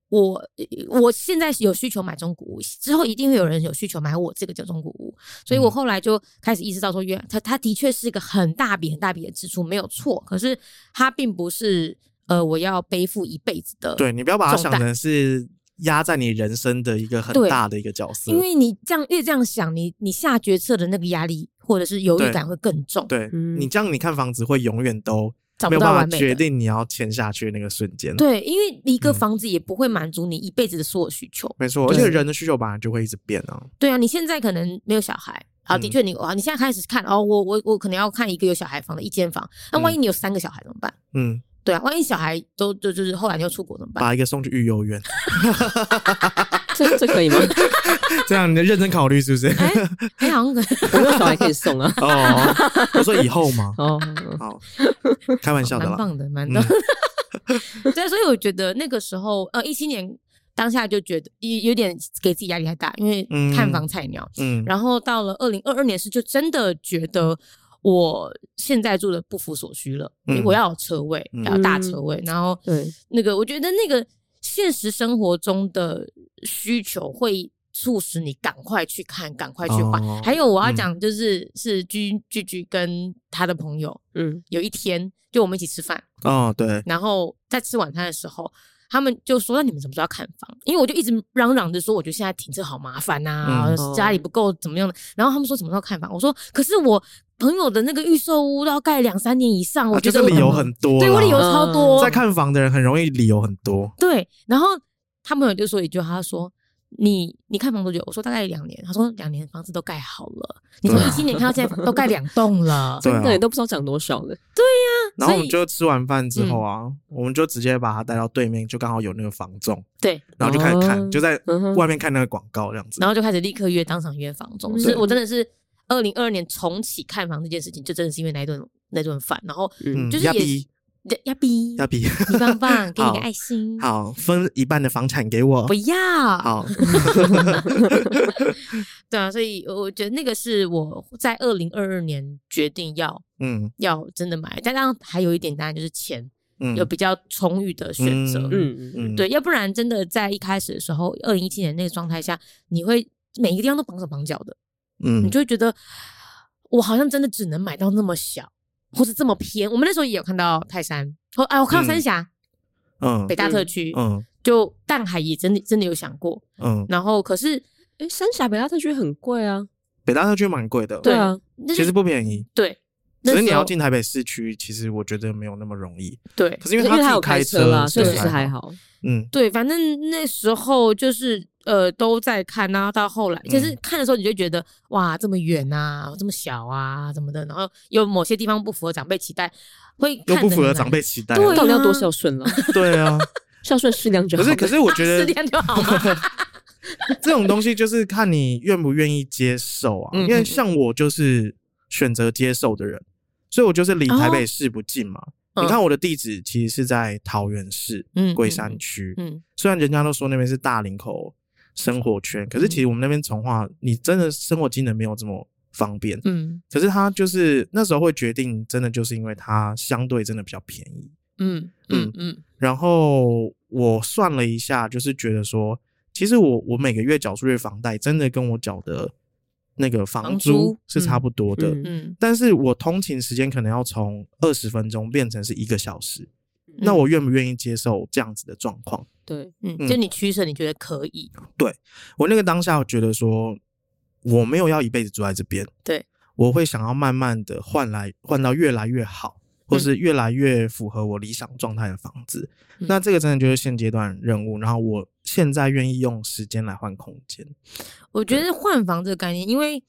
Speaker 1: 我呃我现在有需求买中古屋，之后一定会有人有需求买我这个叫中古屋，所以
Speaker 2: 嗯
Speaker 1: 我后来就开始意识到说，原来它它的确是一个很大笔很大笔的支出，没有错，可是它并不是呃我要背负一辈子的，
Speaker 2: 对你不要把它
Speaker 1: 重
Speaker 2: 想
Speaker 1: 担
Speaker 2: 成是压在你人生的一个很
Speaker 1: 对
Speaker 2: 大的一个角色
Speaker 1: 因，为你这样越这样想，你你下决策的那个压力或者是犹豫
Speaker 2: 对
Speaker 1: 感会更重，
Speaker 2: 对
Speaker 3: 嗯
Speaker 2: 你这样，你看房子会永远都
Speaker 1: 找
Speaker 2: 没
Speaker 1: 不
Speaker 2: 有
Speaker 1: 到
Speaker 2: 办
Speaker 1: 完
Speaker 2: 法
Speaker 1: 美
Speaker 2: 决
Speaker 1: 的。
Speaker 2: 定你要签下去那个瞬间。，
Speaker 1: 对，因为一个
Speaker 2: 嗯
Speaker 1: 房子也不会满足你一辈子的所有需求。
Speaker 2: 没错，而
Speaker 3: 对
Speaker 2: 且人的需求本来就会一直变啊。
Speaker 1: 对啊，你现在可能没有小孩，好，的
Speaker 2: 嗯
Speaker 1: 确你啊，你现在开始看哦，我我我可能要看一个有小孩房的一间房，那万一你有三个小孩怎么办？
Speaker 2: 嗯，
Speaker 1: 对啊，万一小孩都就就是后来你又出国怎么办？
Speaker 2: 把一个送去育幼院，
Speaker 3: 这这可以吗？
Speaker 2: 这样你认真考虑是不 是？
Speaker 1: 哎哎，好 像可
Speaker 3: 我没有小孩可以送啊。
Speaker 2: 哦，我说以后嘛，
Speaker 3: 哦，
Speaker 2: 好，开玩笑的
Speaker 1: 蛮
Speaker 2: 啦。嗯
Speaker 1: 棒的， 蛮棒。对，啊所以我觉得那个时候，呃，一七年当下就觉得有有点给自己压力太大，因为
Speaker 2: 嗯
Speaker 1: 看房菜鸟。
Speaker 2: 嗯，
Speaker 1: 然后到了二零二二年是就真的觉得我现在住的不服所需了，
Speaker 2: 嗯
Speaker 1: 我要有车位，
Speaker 2: 嗯
Speaker 1: 要有大车位，然后
Speaker 3: 对，
Speaker 1: 那个我觉得那个现实生活中的需求会。促使你赶快去看，赶快去换。
Speaker 2: 哦
Speaker 1: 还有我要
Speaker 2: 嗯
Speaker 1: 讲，就是、是居居居跟他的朋友
Speaker 3: 嗯，
Speaker 1: 有一天，就我们一起吃饭，
Speaker 2: 哦，对，
Speaker 1: 然后在吃晚餐的时候，他们就说：“那你们什么时候要看房？”因为我就一直嚷嚷着说：“我觉得现在停车好麻烦呐、
Speaker 2: 嗯
Speaker 1: 家里不够怎么样的。”然后他们说：“什么时候看房？”我说：“可是我朋友的那个预售屋都要盖两三年以上，我
Speaker 2: 啊
Speaker 1: 觉
Speaker 2: 就
Speaker 1: 得
Speaker 2: 是
Speaker 1: 我
Speaker 2: 理由很多啦，
Speaker 1: 对我理由
Speaker 3: 嗯
Speaker 1: 超多。嗯
Speaker 2: 在看房的人很容易理由很多。
Speaker 1: 对，然后他朋友就说一句话，他说。你你看房多久？我说大概两年。他说两年房子都盖好了，你从
Speaker 2: 对
Speaker 1: 一
Speaker 2: 啊
Speaker 1: 七年看到现在都盖两栋了
Speaker 2: 。对啊
Speaker 3: 那，也都不知道讲多少了。
Speaker 2: 然
Speaker 1: 所
Speaker 2: 后我
Speaker 1: 以嗯
Speaker 2: 们就吃完饭之后啊，我们就直接把他带到对面，就刚好有那个房仲，
Speaker 1: 对，
Speaker 2: 然后就开始看，
Speaker 3: 哦
Speaker 2: 就在
Speaker 3: 嗯哼
Speaker 2: 外面看那个广告这样子。
Speaker 1: 然后就开始立刻约，当场约房中。
Speaker 3: 嗯
Speaker 1: 就是我真的是二零二二年重启看房这件事情，就真的是因为那一顿那顿饭，然后
Speaker 2: 嗯，
Speaker 1: 就是
Speaker 2: 要
Speaker 1: 也
Speaker 2: 比
Speaker 1: 对呀比
Speaker 2: 要比，
Speaker 1: 你棒 棒，给你
Speaker 2: 好
Speaker 1: 个爱心，
Speaker 2: 好分一半的房产给我
Speaker 1: 不。要，
Speaker 2: 好，
Speaker 1: 对啊，所以我觉得那个是我在二零二二年决定要
Speaker 2: 嗯
Speaker 1: 要真的买，但当然还有一点当然就是钱
Speaker 2: 嗯
Speaker 1: 有比较充裕的选择，
Speaker 2: 嗯
Speaker 3: 嗯嗯
Speaker 2: 嗯，
Speaker 1: 对，要不然真的在一开始的时候，二零一七年那个状态下，你会每一个地方都绑手绑脚的。
Speaker 2: 嗯，
Speaker 1: 你就会觉得我好像真的只能买到那么小，或是这么偏。我们那时候也有看到泰山，哦，哎，我看到三峡、
Speaker 2: 嗯
Speaker 1: 北大特区，
Speaker 2: 嗯
Speaker 1: 就淡海也真的真的有想过。
Speaker 2: 嗯，
Speaker 1: 然后可是
Speaker 3: 哎，三峡北大特区很贵啊。
Speaker 2: 北大特区蛮贵的，
Speaker 3: 对啊，
Speaker 1: 那
Speaker 2: 其
Speaker 1: 是
Speaker 2: 实不便宜。
Speaker 1: 对，那
Speaker 2: 只
Speaker 1: 时候
Speaker 2: 是你要进台北市区，其实我觉得没有那么容易。
Speaker 1: 对
Speaker 2: 可是因为
Speaker 3: 因为
Speaker 2: 自
Speaker 3: 有
Speaker 2: 己
Speaker 3: 开
Speaker 2: 车
Speaker 3: 啦，所以
Speaker 2: 对
Speaker 3: 其实还。好。
Speaker 2: 嗯
Speaker 1: 对，反正那时候就是。呃，都在看，然后到后来，就是
Speaker 2: 嗯
Speaker 1: 看的时候，你就觉得哇，这么远啊，这么小啊，怎么的，然后有某些地方不符合长辈期待，会
Speaker 2: 又
Speaker 1: 看
Speaker 2: 不
Speaker 1: 得
Speaker 2: 符合
Speaker 1: 很
Speaker 2: 长
Speaker 1: 难
Speaker 2: 辈期待啊。
Speaker 1: 对啊
Speaker 3: 到底要多孝顺了？
Speaker 2: 对啊，
Speaker 3: 孝顺适量就
Speaker 2: 可
Speaker 3: 好。
Speaker 2: 是可是我觉
Speaker 1: 是这
Speaker 2: 得
Speaker 1: 样就好了。
Speaker 2: 这种东西就是看你愿不愿意接受啊。
Speaker 1: 嗯
Speaker 2: 因为像我就是选择接受的人，所以我就是离台北市不近嘛。
Speaker 1: 哦
Speaker 2: 你看我的地址其实是在桃园市
Speaker 1: 嗯
Speaker 2: 龟山区，
Speaker 1: 嗯，
Speaker 2: 虽然人家都说那边是大林口生活圈，可是
Speaker 1: 嗯
Speaker 2: 其实我们那边从化，你真的生活机能没有这么方便。
Speaker 1: 嗯
Speaker 2: 可是它就是那时候会决定，真的就是因为它相对真的比较便宜。
Speaker 1: 嗯嗯嗯
Speaker 2: 然后我算了一下，就是觉得说，其实我我每个月缴出去的房贷，真的跟我缴的那个房
Speaker 1: 房
Speaker 2: 租
Speaker 1: 租
Speaker 2: 是差不多的。
Speaker 3: 嗯
Speaker 1: 嗯，
Speaker 2: 但是我通勤时间可能要从二十分钟变成是一个小时，那我愿不愿意接受这样子的状况？
Speaker 3: 对，
Speaker 1: 嗯，
Speaker 2: 嗯
Speaker 1: 就你取舍，你觉得可以，
Speaker 2: 我那个当下觉得说，我没有要一辈子住在这边，
Speaker 1: 对，
Speaker 2: 我会想要慢慢的换来换到越来越好，
Speaker 3: 嗯
Speaker 2: 或是越来越符合我理想状态的房子。
Speaker 1: 嗯
Speaker 2: 那这个真的就是现阶段任务，然后我现在愿意用时间来换空间。
Speaker 1: 我觉得换房这个概念，因为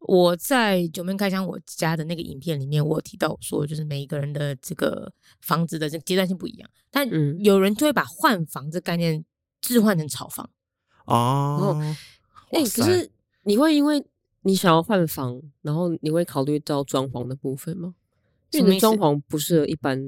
Speaker 1: 我在《九面开箱》我家的那个影片里面，我有提到说，就是每一个人的这个房子的这个阶段性不一样，但
Speaker 3: 嗯
Speaker 1: 有人就会把换房这概念置换成炒房，
Speaker 2: 哦，
Speaker 3: 哎，
Speaker 2: 哇塞
Speaker 3: 可是你会因为你想要换房，然后你会考虑到装潢的部分吗？因
Speaker 1: 什么
Speaker 3: 为你
Speaker 1: 意
Speaker 3: 的
Speaker 1: 思
Speaker 3: 装潢不适合一般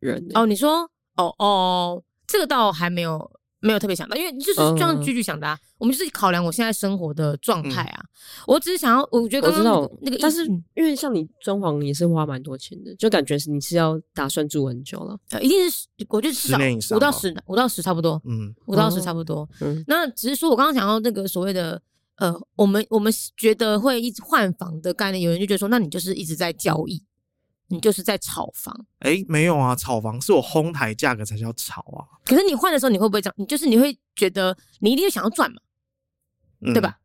Speaker 3: 人欸。
Speaker 1: 哦哦，你说，哦哦，这个倒还没有。没有特别想到，因为就是
Speaker 3: 嗯嗯
Speaker 1: 就像居居想的、啊，我们就是考量我现在生活的状态啊。我只是想要，我觉得
Speaker 3: 我
Speaker 1: 刚刚
Speaker 3: 知道
Speaker 1: 那个那个意，
Speaker 3: 但是
Speaker 1: 嗯
Speaker 3: 因为像你装潢也是花蛮多钱的，就感觉是你是要打算住很久了。
Speaker 1: 呃一定是我觉得至
Speaker 2: 十
Speaker 1: 少
Speaker 2: 年以上
Speaker 1: 五到
Speaker 2: 吧
Speaker 1: 十，五到十差不多，
Speaker 2: 嗯，
Speaker 1: 五到
Speaker 3: 哦
Speaker 1: 十差不多。
Speaker 3: 嗯
Speaker 1: 那只是说我刚刚讲到那个所谓的呃，我们我们觉得会一直换房的概念，有人就觉得说，那你就是一直在交易，你就是在炒房。
Speaker 2: 哎，没有啊，炒房是我哄抬价格才叫炒啊，
Speaker 1: 可是你换的时候，你会不会这样？你就是你会觉得你一定想要赚嘛，
Speaker 2: 嗯
Speaker 1: 对吧？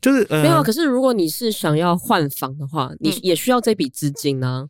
Speaker 2: 就是呃，
Speaker 3: 没有啊，可是如果你是想要换房的话，你
Speaker 1: 嗯
Speaker 3: 也需要这笔资金呢、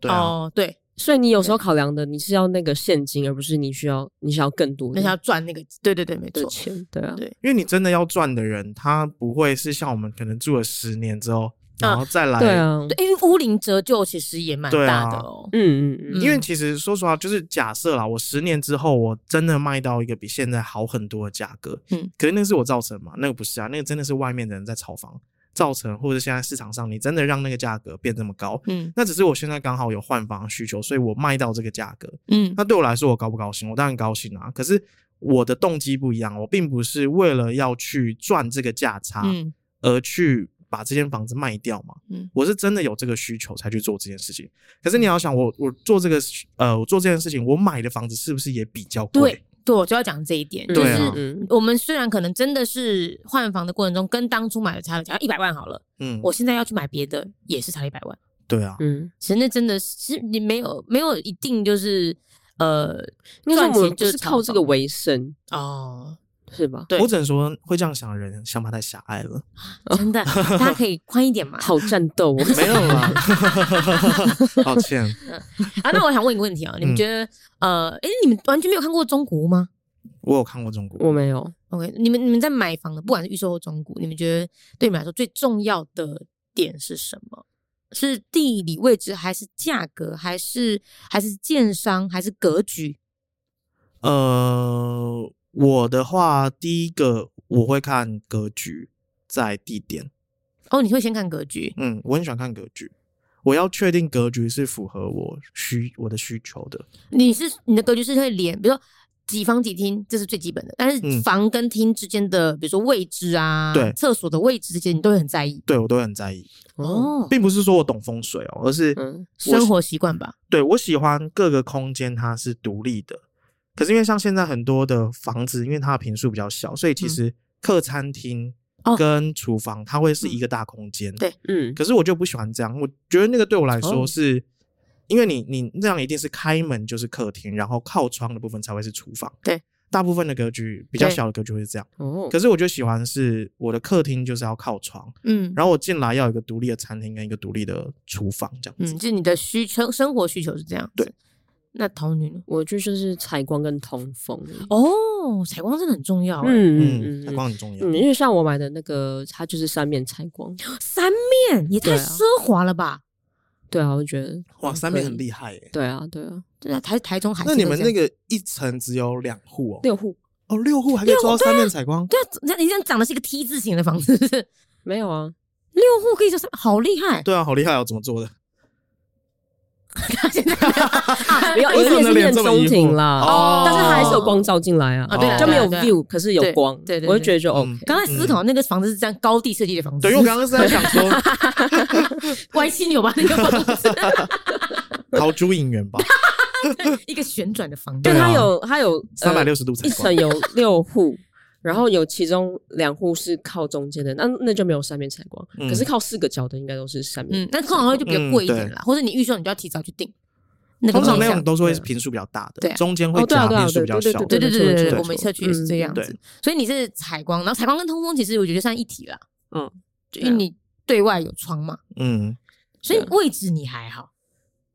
Speaker 2: 对啊，
Speaker 1: 哦，对，
Speaker 3: 所以你有时候考量的你是要那个现金，而不是你需要你想要更多
Speaker 1: 那
Speaker 3: 的
Speaker 1: 是要赚那个，对对对，没
Speaker 3: 的
Speaker 1: 错。
Speaker 3: 钱，对啊
Speaker 1: 对，
Speaker 2: 因为你真的要赚的人，他不会是像我们可能住了十年之后，然后再来，
Speaker 3: 啊对啊，
Speaker 1: 对，因为屋龄折旧其实也蛮
Speaker 2: 对啊
Speaker 1: 大的哦。
Speaker 3: 嗯嗯嗯，
Speaker 2: 因为其实说实话，就是假设啦，我十年之后我真的卖到一个比现在好很多的价格，
Speaker 1: 嗯
Speaker 2: 嗯，可是那是我造成嘛？那个不是啊，那个真的是外面的人在炒房造成，或者现在市场上你真的让那个价格变这么高，
Speaker 1: 嗯
Speaker 2: 那只是我现在刚好有换房的需求，所以我卖到这个价格，
Speaker 1: 嗯
Speaker 2: 那对我来说我高不高兴？我当然高兴啊，可是我的动机不一样，我并不是为了要去赚这个价差，
Speaker 1: 嗯
Speaker 2: 而去把这间房子卖掉嘛。
Speaker 1: 嗯
Speaker 2: 我是真的有这个需求才去做这件事情。可是你要想，我我做这个呃，我做这件事情，我买的房子是不是也比较贵
Speaker 1: 对？对，我就要讲这一点，就
Speaker 2: 对
Speaker 1: 是
Speaker 2: 啊
Speaker 3: 嗯
Speaker 1: 我们虽然可能真的是换房的过程中跟当初买的差了，假如一百万好了，
Speaker 2: 嗯，
Speaker 1: 我现在要去买别的也是差了一百万。
Speaker 2: 对啊，
Speaker 3: 嗯，
Speaker 1: 其实那真的是你没有没有一定就是呃
Speaker 3: 因为
Speaker 1: 赚
Speaker 3: 我们
Speaker 1: 钱
Speaker 3: 不
Speaker 1: 就是炒
Speaker 3: 靠这个
Speaker 1: 房
Speaker 3: 为生，
Speaker 1: 哦，
Speaker 3: 是吧？
Speaker 1: 对
Speaker 2: 我只能说会这样想的人想法太狭隘 了。
Speaker 1: 真的，大家可以宽一点嘛。
Speaker 3: 好战 斗哦，
Speaker 2: 没有啦，抱歉，
Speaker 1: 啊，那我想问一个问题啊，
Speaker 3: 嗯
Speaker 1: 你们觉得呃，哎，你们完全没有看过中古屋吗？
Speaker 2: 我有看过中国，
Speaker 3: 我没有，
Speaker 1: OK，你们你们在买房的，不管是预售或中古，你们觉得对你们来说最重要的点是什么？是地理位置，还是价格，还是还是建商，还是格局？
Speaker 2: 呃，我的话，第一个我会看格局，在地点，
Speaker 1: 哦，你会先看格局，
Speaker 2: 嗯，我很喜欢看格局，我要确定格局是符合我需我的需求的，
Speaker 1: 你是你的格局是会连，比如说几房几厅，这是最基本的，但是
Speaker 2: 嗯
Speaker 1: 房跟厅之间的，比如说位置啊，
Speaker 2: 对
Speaker 1: 厕所的位置这些，你都会很在意。
Speaker 2: 对我都会很在意。
Speaker 1: 哦，
Speaker 2: 并不是说我懂风水哦，而是
Speaker 3: 嗯
Speaker 1: 生活习惯吧，
Speaker 2: 对我喜欢各个空间它是独立的。可是因为像现在很多的房子，因为它的平数比较小，所以其实客餐厅
Speaker 1: 嗯哦
Speaker 2: 跟厨房它会是一个大空间。
Speaker 1: 对
Speaker 3: 嗯
Speaker 2: 可是我就不喜欢这样，我觉得那个对我来说
Speaker 3: 哦
Speaker 2: 是，因为你你那样一定是开门就是客厅，然后靠窗的部分才会是厨房。
Speaker 1: 对，嗯
Speaker 2: 大部分的格局比较
Speaker 1: 对
Speaker 2: 小的格局会是这样。
Speaker 3: 哦
Speaker 2: 可，是我就喜欢是我的客厅就是要靠窗，
Speaker 1: 嗯
Speaker 2: 然后我进来要有一个独立的餐厅跟一个独立的厨房这样子。
Speaker 1: 嗯，就是你的需求，生活需求是这样子。那童女呢？
Speaker 3: 我就就是采光跟通风而已，
Speaker 1: 哦，采光真的很重要、欸。
Speaker 3: 嗯
Speaker 2: 嗯，
Speaker 3: 嗯
Speaker 2: 采
Speaker 3: 嗯。
Speaker 2: 光很重要。
Speaker 3: 嗯，因为像我买的那个，它就是三面采光。
Speaker 1: 三面也太
Speaker 3: 对啊
Speaker 1: 奢华了吧？
Speaker 3: 对啊，我觉得，
Speaker 2: 哇，三面很厉害耶！
Speaker 3: 对啊，对啊，
Speaker 1: 对啊，台台中海
Speaker 2: 那你们那
Speaker 1: 个
Speaker 2: 个一层只有两户哦，
Speaker 3: 六户
Speaker 2: 哦，六户还可以做到三面采光，
Speaker 1: 对啊，那你这样讲的是一个 T 字形的房子，是不是
Speaker 3: 没有啊，
Speaker 1: 六户可以说是好厉害。
Speaker 2: 对啊，好厉害哦，怎么做的？
Speaker 1: 现在啊
Speaker 3: 没有，
Speaker 2: 为什么
Speaker 3: 也是
Speaker 2: 你的脸
Speaker 3: 面
Speaker 2: 这么
Speaker 3: 中
Speaker 2: 疑惑
Speaker 3: 庭啦，
Speaker 2: 哦
Speaker 3: 但是它还是有光照进来啊
Speaker 1: 啊，对啊
Speaker 3: 就没有
Speaker 1: 对啊
Speaker 3: view，可是有
Speaker 1: 对
Speaker 3: 光，
Speaker 1: 对对
Speaker 3: 我就
Speaker 1: 对
Speaker 3: 觉得就
Speaker 2: 嗯
Speaker 3: OK。
Speaker 1: 刚才思考那个房子是这样高地设计的房子，
Speaker 2: 对，因为我刚刚是在想说
Speaker 1: 歪七扭八那个房子，
Speaker 2: 逃出影园吧，
Speaker 1: 一个旋转的房
Speaker 3: 就
Speaker 1: 子
Speaker 2: 对。啊
Speaker 3: 它有它有
Speaker 2: 三百
Speaker 3: 呃
Speaker 2: 六十度采
Speaker 3: 一层
Speaker 2: 光，
Speaker 3: 有六户， 然后有其中两户是靠中间的，那那就没有三面采光，
Speaker 2: 嗯
Speaker 3: 可是靠四个角的应该都是三面。
Speaker 1: 嗯，那通常会就比较贵一点
Speaker 3: 嗯
Speaker 1: 啦，或者你预售你就要提早去订。那个
Speaker 2: 通常
Speaker 1: 方
Speaker 2: 那
Speaker 1: 向
Speaker 2: 种都是会
Speaker 3: 对啊
Speaker 2: 平数比较大
Speaker 1: 对
Speaker 2: 的
Speaker 1: 啊，
Speaker 2: 中间会
Speaker 3: 哦对啊
Speaker 2: 加
Speaker 3: 对啊
Speaker 2: 平数比较
Speaker 3: 对对
Speaker 2: 小
Speaker 3: 对
Speaker 2: 的。
Speaker 1: 对对对
Speaker 3: 没错
Speaker 1: 对
Speaker 3: 没
Speaker 1: 对，
Speaker 3: 错啊
Speaker 1: 我们社区也是这样
Speaker 2: 嗯
Speaker 1: 子
Speaker 2: 对，
Speaker 1: 所以你是采光，然后采光跟通风其实我觉得算一体啦，
Speaker 3: 嗯，
Speaker 1: 就因为你对外有窗嘛，
Speaker 2: 嗯，
Speaker 1: 所以
Speaker 3: 对啊
Speaker 1: 位置你还好，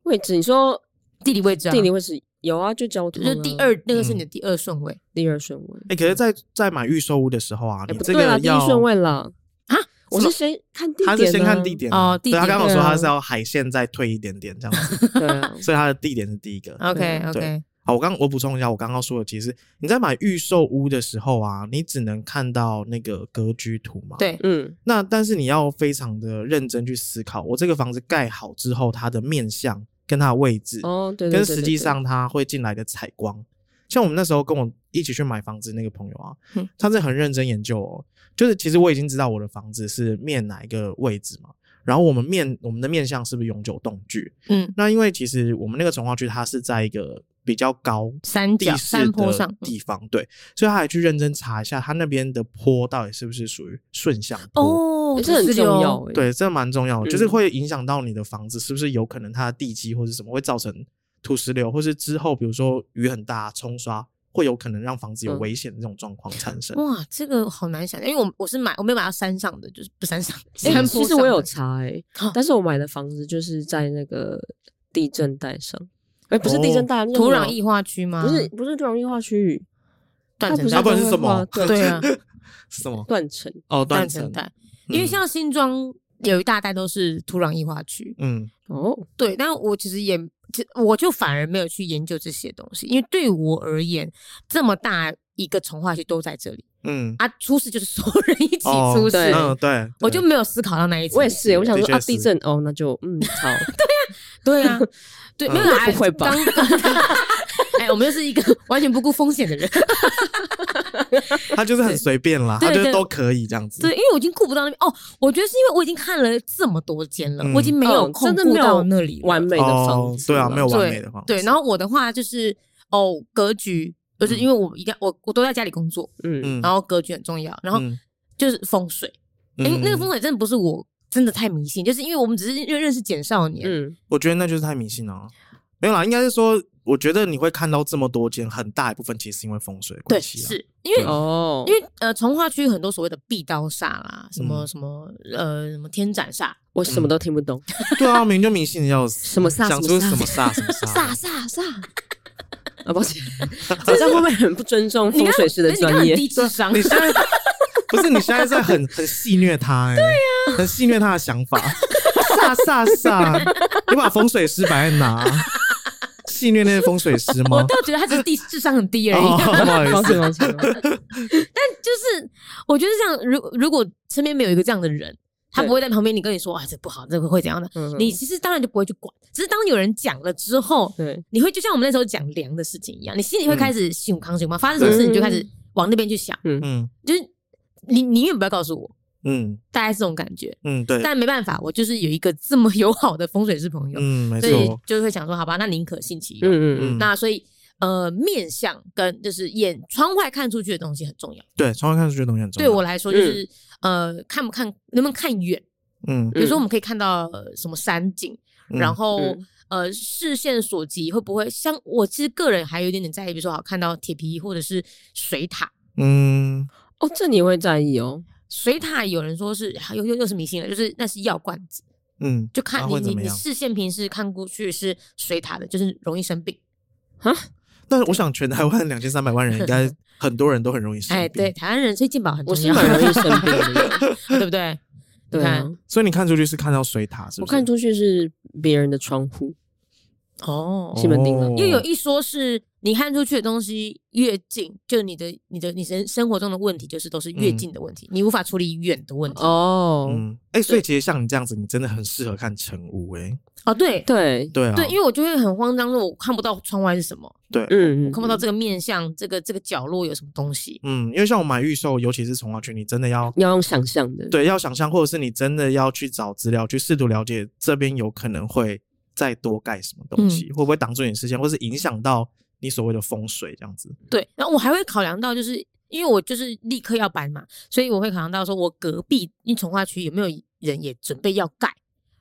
Speaker 3: 位置你说
Speaker 1: 地理位置啊，
Speaker 3: 地理位置有啊，就交
Speaker 1: 啊就
Speaker 3: 通啊
Speaker 1: 是第二那个是你的第二顺位
Speaker 3: 第二顺位。
Speaker 2: 哎，可是在，在买预售屋的时候啊，
Speaker 3: 哎，
Speaker 2: 你
Speaker 3: 不
Speaker 2: 这
Speaker 3: 对啦，
Speaker 2: 个
Speaker 3: 第
Speaker 2: 要
Speaker 3: 一顺位啦。
Speaker 1: 啊，
Speaker 3: 我
Speaker 1: 什
Speaker 3: 是
Speaker 1: 么
Speaker 3: 先看地点啊，
Speaker 2: 他是先看地点
Speaker 1: 哦地
Speaker 2: 对他
Speaker 1: 点
Speaker 2: 刚刚有
Speaker 3: 对
Speaker 2: 说
Speaker 3: 啊
Speaker 2: 他是要海线再退一点点这样子，
Speaker 3: 对 啊，
Speaker 2: 所以他的地点是第一个。
Speaker 1: ，OK
Speaker 3: 嗯对
Speaker 1: OK，
Speaker 2: 好，我刚我补充一下，我刚刚说的，其实你在买预售屋的时候啊，你只能看到那个格局图嘛。
Speaker 1: 对，
Speaker 3: 嗯，
Speaker 2: 那但是你要非常的认真去思考，我这个房子盖好之后，它的面向跟它的位置，
Speaker 3: 哦，对对对，
Speaker 2: 跟
Speaker 3: 对
Speaker 2: 实际，上它会进来的采光，像我们那时候跟我一起去买房子那个朋友啊
Speaker 1: 嗯，
Speaker 2: 他是很认真研究哦。就是其实我已经知道我的房子是面哪一个位置嘛，然后我们面我们的面向是不是永久动距？
Speaker 1: 嗯，
Speaker 2: 那因为其实我们那个从化区它是在一个比较高
Speaker 1: 山
Speaker 2: 地
Speaker 1: 脚
Speaker 2: 势
Speaker 1: 山坡
Speaker 2: 的
Speaker 1: 上，嗯
Speaker 2: 地方，对，所以他还去认真查一下他那边的坡到底是不是属于顺向坡。
Speaker 1: 哦，
Speaker 3: 这很
Speaker 1: 土石
Speaker 3: 重
Speaker 1: 流
Speaker 3: 要、，欸。，
Speaker 2: 对，这蛮重要的，就是
Speaker 3: 嗯
Speaker 2: 会影响到你的房子是不是有可能它的地基或是什么会造成土石流，或是之后比如说雨很大冲刷，会有可能让房子有
Speaker 3: 嗯
Speaker 2: 危险的这种状况产生。
Speaker 1: 哇，这个好难想象，因为我我是买我没有买到山上的，就是不山上，
Speaker 3: 哎、
Speaker 1: 山坡
Speaker 3: 其实
Speaker 1: 上
Speaker 3: 我
Speaker 1: 的
Speaker 3: 有查哎、但是我买的房子就是在那个地震带上，哎、不是地震带，
Speaker 2: 哦
Speaker 3: 那叫
Speaker 1: 土
Speaker 3: 什
Speaker 1: 壤
Speaker 3: 么
Speaker 1: 异化区吗？
Speaker 3: 不是不是土壤硬化区域，
Speaker 1: 嗯断
Speaker 3: 它
Speaker 1: 层
Speaker 3: 不
Speaker 2: 它
Speaker 1: 带
Speaker 2: 不
Speaker 3: 不
Speaker 2: 然
Speaker 3: 然
Speaker 2: 是什么
Speaker 1: 对 啊，
Speaker 2: 什么？
Speaker 3: 断层，
Speaker 2: 哦，断
Speaker 1: 断层
Speaker 2: 层。嗯
Speaker 1: 带，因为像新庄有一大带都是土壤异化区，
Speaker 2: 嗯，
Speaker 3: 哦，
Speaker 1: 对，但我其实也，其我就反而没有去研究这些东西，因为对我而言，这么大一个从化区都在这里
Speaker 2: 嗯嗯，
Speaker 1: 啊，出事就是所有人一起
Speaker 2: 哦
Speaker 1: 出事，
Speaker 3: 对
Speaker 2: 嗯，对，
Speaker 1: 我就
Speaker 2: 对
Speaker 1: 没有思考到那一层。
Speaker 3: 我也是、欸，我想
Speaker 2: 的
Speaker 3: 说
Speaker 2: 确
Speaker 3: 啊，
Speaker 2: 是
Speaker 3: 地震哦，那就嗯，好，
Speaker 1: 对 啊，对，没有
Speaker 3: 嗯
Speaker 1: 啦
Speaker 3: 不会吧？
Speaker 1: 刚 哎，我们就是一个 完全不顾风险的
Speaker 2: 嗯
Speaker 1: 人，
Speaker 2: 他就是很随便啦，他
Speaker 1: 对
Speaker 2: 就是
Speaker 1: 对
Speaker 2: 都可以这样子。
Speaker 1: 对，因为我已经顾不到那边。哦，我觉得是因为我已经看了这么多间了，
Speaker 2: 嗯
Speaker 1: 我已经没有
Speaker 3: 哦
Speaker 1: 空
Speaker 3: 真的
Speaker 1: 顾
Speaker 3: 没有
Speaker 1: 到那里了
Speaker 3: 完美的
Speaker 2: 哦
Speaker 3: 房，子
Speaker 2: 对
Speaker 3: 了、
Speaker 2: 啊，没有完
Speaker 1: 对
Speaker 2: 美的房
Speaker 1: 对，然
Speaker 2: 后
Speaker 1: 后我的话就是哦，格局就是
Speaker 2: 嗯
Speaker 1: 因为我一定要我我都在家里工作，
Speaker 3: 嗯，
Speaker 2: 嗯，
Speaker 1: 然后格局很重要，然后
Speaker 2: 嗯
Speaker 1: 就是风水，因为那个风水真的不是我真的太迷信，就是因为我们只是认认识简少年，
Speaker 3: 嗯，
Speaker 2: 我觉得那就是太迷信了啊。没有啦，应该是说，我觉得你会看到这么多间，很大一部分其实是因为风水的
Speaker 1: 对，
Speaker 2: 关系啊啦。
Speaker 1: 是因为
Speaker 2: 对
Speaker 3: 哦，
Speaker 1: 因为呃，从化区很多所谓的壁刀煞啦，什么
Speaker 2: 嗯
Speaker 1: 什么呃，什么天斩煞，
Speaker 3: 我什
Speaker 1: 嗯
Speaker 3: 么都听不懂，
Speaker 2: 对啊，明明就迷信的要 死，
Speaker 3: 什么煞
Speaker 2: 想出
Speaker 3: 什
Speaker 2: 什
Speaker 3: 么
Speaker 2: 么煞什么
Speaker 1: 煞
Speaker 2: 煞
Speaker 1: 煞煞，
Speaker 3: 啊，抱歉，好像会不会很不尊重
Speaker 1: 你
Speaker 3: 风
Speaker 1: 刚
Speaker 3: 水师的
Speaker 1: 你刚
Speaker 3: 专
Speaker 1: 很
Speaker 3: 业？
Speaker 1: 低智商
Speaker 2: 你，现在不是你现在在很很戏虐他、欸，对
Speaker 1: 啊
Speaker 2: 呀、很戏虐他的想法，飒飒飒！你把风水师摆在哪？戏虐那些风水师
Speaker 1: 我
Speaker 2: 吗？
Speaker 1: 倒觉得他只是低智商很低而
Speaker 2: 哦，
Speaker 1: 已。
Speaker 2: 不好
Speaker 3: 抱
Speaker 2: 意
Speaker 3: 歉，
Speaker 2: 思，
Speaker 3: 抱歉，抱歉
Speaker 1: 就是我觉得这样，如如果身边没有一个这样的人，他
Speaker 3: 对
Speaker 1: 不会在旁边你跟你说啊，这不好，这个会怎样的，
Speaker 3: 嗯
Speaker 1: 你其实当然就不会去管。只是当有人讲了之后，
Speaker 3: 对，
Speaker 1: 你会就像我们那时候讲凉的事情一样，你心里会开始想康想嘛，发生什么事
Speaker 3: 嗯
Speaker 1: 你就开始往那边去想，
Speaker 2: 嗯
Speaker 1: 就是你你永远不要告诉我，
Speaker 2: 嗯
Speaker 1: 大概是这种感觉。
Speaker 2: 嗯，对，
Speaker 1: 但没办法，我就是有一个这么友好的风水师朋友，
Speaker 2: 嗯，没
Speaker 1: 所以
Speaker 2: 错，
Speaker 1: 就是会想说，好吧，那宁可信其有。
Speaker 3: 嗯嗯嗯，
Speaker 2: 嗯，
Speaker 1: 那所以呃，面相跟就是眼窗外看出去的东西很重要。
Speaker 2: 对，窗外看出去的东西很重
Speaker 1: 对
Speaker 2: 要。
Speaker 1: 我来说，就是、呃，看不看能不能看远？
Speaker 2: 嗯，
Speaker 1: 比如说，我们可以看到、呃什么山景，
Speaker 2: 嗯，
Speaker 1: 然后、
Speaker 3: 嗯
Speaker 1: 呃，视线所及会不会像我其实个人还有一点点在意，比如说好看到铁皮或者是水塔。
Speaker 2: 嗯，
Speaker 3: 哦，这你会在意哦，
Speaker 1: 水塔有人说是又又又是迷信了，就是那是药罐子，
Speaker 2: 嗯，
Speaker 1: 就看
Speaker 2: 啊
Speaker 1: 你、
Speaker 2: 会怎
Speaker 1: 你
Speaker 2: 么
Speaker 1: 你
Speaker 2: 样
Speaker 1: 视线平时看过去是水塔的，就是容易生病。
Speaker 2: 但是我想全台湾两千三百万人，应该很多人都很容易生
Speaker 1: 哎，对，
Speaker 2: 病，
Speaker 1: 台湾人所以健保很
Speaker 3: 我
Speaker 1: 重
Speaker 3: 是
Speaker 1: 要，
Speaker 3: 蛮容易生病 的，
Speaker 1: 对不对？
Speaker 3: 对
Speaker 1: 你
Speaker 3: 啊
Speaker 1: 看，
Speaker 2: 所以你看出去是看到水塔，是
Speaker 3: 我
Speaker 2: 不是？
Speaker 3: 看出去是别人的窗户，
Speaker 1: 哦
Speaker 3: 西门町了
Speaker 2: 哦
Speaker 1: 因为有一说是你看出去的东西越近，就你的、你的、你生生活中的问题，就是都是越近的问题，你无法处理远的问题。哦，
Speaker 3: 哦，
Speaker 2: 嗯，哎、所以其实像你这样子，你真的很适合看晨雾、哎，
Speaker 1: 对
Speaker 3: 哦对，
Speaker 2: 对啊，
Speaker 1: 对，因为我就会很慌张，说我看不到窗外是什么，
Speaker 2: 对，
Speaker 3: 嗯，嗯
Speaker 1: 我看不到这个面向，这个这个角落有什么东西。
Speaker 2: 嗯，因为像我买预售，尤其是从化区，你真的要
Speaker 1: 嗯
Speaker 3: 要用想象的，，
Speaker 2: 对要想象，或者是你真的要去找资料，去试图了解这边有可能会再多盖什么东
Speaker 1: 嗯
Speaker 2: 西，会不会挡住你的视线，或是影响到你所谓的风水这样子。
Speaker 1: 对，然后我还会考量到，就是因为我就是立刻要搬嘛，所以我会考量到说，我隔壁因为从化区有没有人也准备要盖，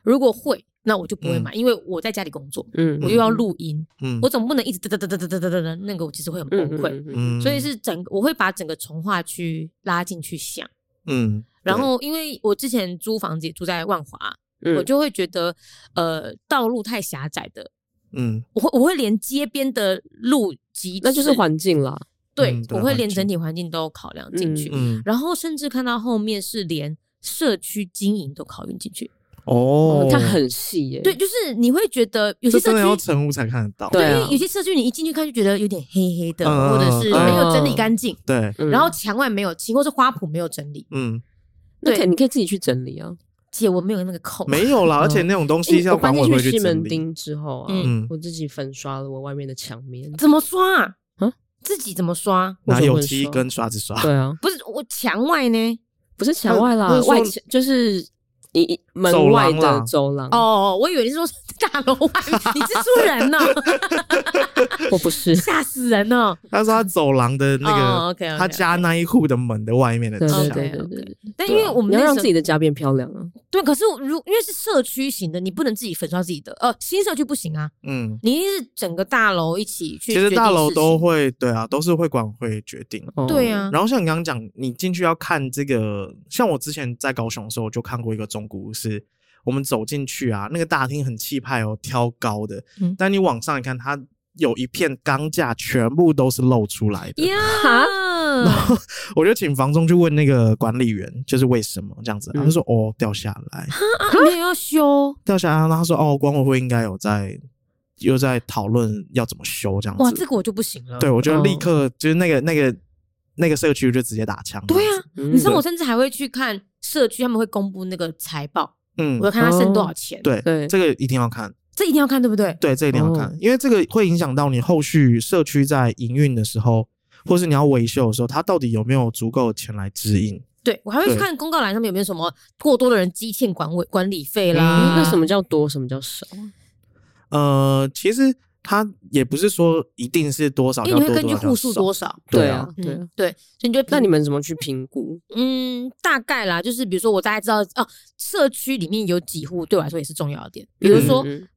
Speaker 1: 如果会，那我就不会买，因为我在家里工作，
Speaker 3: 嗯，
Speaker 1: 我又要录音，
Speaker 2: 嗯，
Speaker 1: 我总不能一直哒哒哒哒哒哒哒哒，那个我其实会很崩
Speaker 3: 嗯
Speaker 1: 溃。
Speaker 3: 嗯嗯
Speaker 2: 嗯
Speaker 1: 所以是整个我会把整个从化区拉进去想，
Speaker 2: 嗯，
Speaker 1: 然后因为我之前租房子也住在万华，
Speaker 3: 嗯，
Speaker 1: 我就会觉得呃道路太狭窄的，
Speaker 2: 对嗯
Speaker 1: 我会我会连街边的路及
Speaker 3: 那就是环境啦，
Speaker 1: 对
Speaker 2: 嗯，对
Speaker 1: 我会
Speaker 2: 环
Speaker 1: 连
Speaker 2: 境
Speaker 1: 整体环境都考量进去，
Speaker 2: 嗯
Speaker 1: 然后甚至看到后面是连社区经营都考虑进去，
Speaker 2: 哦，
Speaker 3: 它很细耶，
Speaker 1: 对，，就是你会觉得有
Speaker 2: 这
Speaker 1: 些
Speaker 2: 真的要
Speaker 1: 社区。
Speaker 2: 晨雾才看得到。
Speaker 3: 对
Speaker 1: 因
Speaker 3: 啊
Speaker 1: 为有些社区你一进去看就觉得有点黑黑的，
Speaker 2: 嗯
Speaker 1: 或者是
Speaker 2: 嗯
Speaker 1: 没有整理干净，
Speaker 2: 对，
Speaker 3: 嗯
Speaker 1: 然后墙外没有漆，或是花圃没有整理。
Speaker 2: 嗯，
Speaker 3: 那
Speaker 1: 对
Speaker 3: 可以你可以自己去整理啊。
Speaker 1: 姐，我没有那个空。
Speaker 2: 没有啦，而且那种东西
Speaker 3: 因为
Speaker 2: 要
Speaker 3: 嗯我
Speaker 2: 管
Speaker 3: 搬
Speaker 2: 委
Speaker 3: 进
Speaker 2: 会
Speaker 3: 去西
Speaker 2: 整
Speaker 3: 门
Speaker 2: 理。
Speaker 3: 町之后啊，
Speaker 1: 嗯
Speaker 2: 嗯
Speaker 3: 我自己粉刷了我外面的墙面，
Speaker 1: 怎么刷啊？
Speaker 3: 啊
Speaker 1: 自己怎么刷？
Speaker 2: 拿
Speaker 3: 为什么
Speaker 2: 油
Speaker 3: 不能
Speaker 2: 漆
Speaker 3: 刷
Speaker 2: 跟刷子刷。
Speaker 3: 对啊，
Speaker 1: 不是我墙外呢？
Speaker 3: 不是墙外啦
Speaker 2: 那那，是说
Speaker 3: 外墙就是你
Speaker 2: 走
Speaker 3: 门
Speaker 2: 廊
Speaker 3: 外
Speaker 2: 啦
Speaker 3: 的走廊。
Speaker 1: 哦，我以为你是说大楼外，你蜘蛛人 呢？
Speaker 3: 我不是，
Speaker 1: 吓死人了！
Speaker 2: 他说他走廊的那个，
Speaker 1: 哦，OK，OK，OK
Speaker 2: 他家那一户的门的外面的
Speaker 3: 对
Speaker 2: 墙
Speaker 3: 对
Speaker 1: 墙
Speaker 3: 哦对对
Speaker 1: OK，OK
Speaker 3: 对对。啊
Speaker 1: 但因为我们
Speaker 3: 你
Speaker 1: 那
Speaker 3: 要
Speaker 1: 时
Speaker 3: 让
Speaker 1: 候
Speaker 3: 自己的家变漂亮啊！
Speaker 1: 对，可是如因为是社区型的，你不能自己粉刷自己的，呃，新社区不行啊，
Speaker 2: 嗯，
Speaker 1: 你一定是整个大楼一起去。
Speaker 2: 其实大楼都，会，对啊，都是会管会决定。
Speaker 3: 哦
Speaker 1: 对，啊，
Speaker 2: 然后像你刚刚讲，你进去要看这个，像我之前在高雄的时候，我就看过一个中古屋是，我们走进去啊，那个大厅很气派哦，挑高的，
Speaker 1: 嗯
Speaker 2: 但你往上一看，它有一片钢架，全部都是露出来的。
Speaker 1: 呀，啊
Speaker 2: 我就请房东去问那个管理员，就是为什么这样子，
Speaker 1: 嗯
Speaker 2: 他就说、哦掉下来，
Speaker 1: 啊你也要修
Speaker 2: 掉下来，然后他说哦管委会应该有在又在讨论要怎么修这样子。
Speaker 1: 哇，这个我就不行了。
Speaker 2: 对，我就
Speaker 3: 哦
Speaker 2: 立刻、就是那个那个那个社区就直接打枪。
Speaker 1: 对啊，，
Speaker 3: 你
Speaker 1: 你知道我甚至还会去看社区，他们会公布那个财报，
Speaker 2: 嗯哦
Speaker 1: 我，要看他剩多少钱。，
Speaker 2: 对
Speaker 3: 对
Speaker 2: 这个一定要看。
Speaker 1: 这一定要看，对不对？
Speaker 2: 对，这一定要看，
Speaker 1: 哦
Speaker 2: 因为这个会影响到你后续社区在营运的时候，或是你要维修的时候，它到底有没有足够的钱来指引？
Speaker 1: 对我还会去
Speaker 2: 对
Speaker 1: 看公告栏上面有没有什么过多的人积欠管委管理费啦
Speaker 2: 嗯。
Speaker 3: 那什么叫多，什么叫少？
Speaker 2: 呃，其实它也不是说一定是多少，
Speaker 1: 因为你会
Speaker 2: 要
Speaker 1: 根据
Speaker 2: 多
Speaker 1: 户数
Speaker 2: 多少要少，
Speaker 1: 多少，
Speaker 2: 对啊
Speaker 3: 啊，对啊
Speaker 1: 嗯。对，所以你就
Speaker 3: 那你们怎么去评估？
Speaker 1: 嗯，大概啦，就是比如说我大概知道哦，社区里面有几户，对我来说也是重要的点。比如说
Speaker 3: 嗯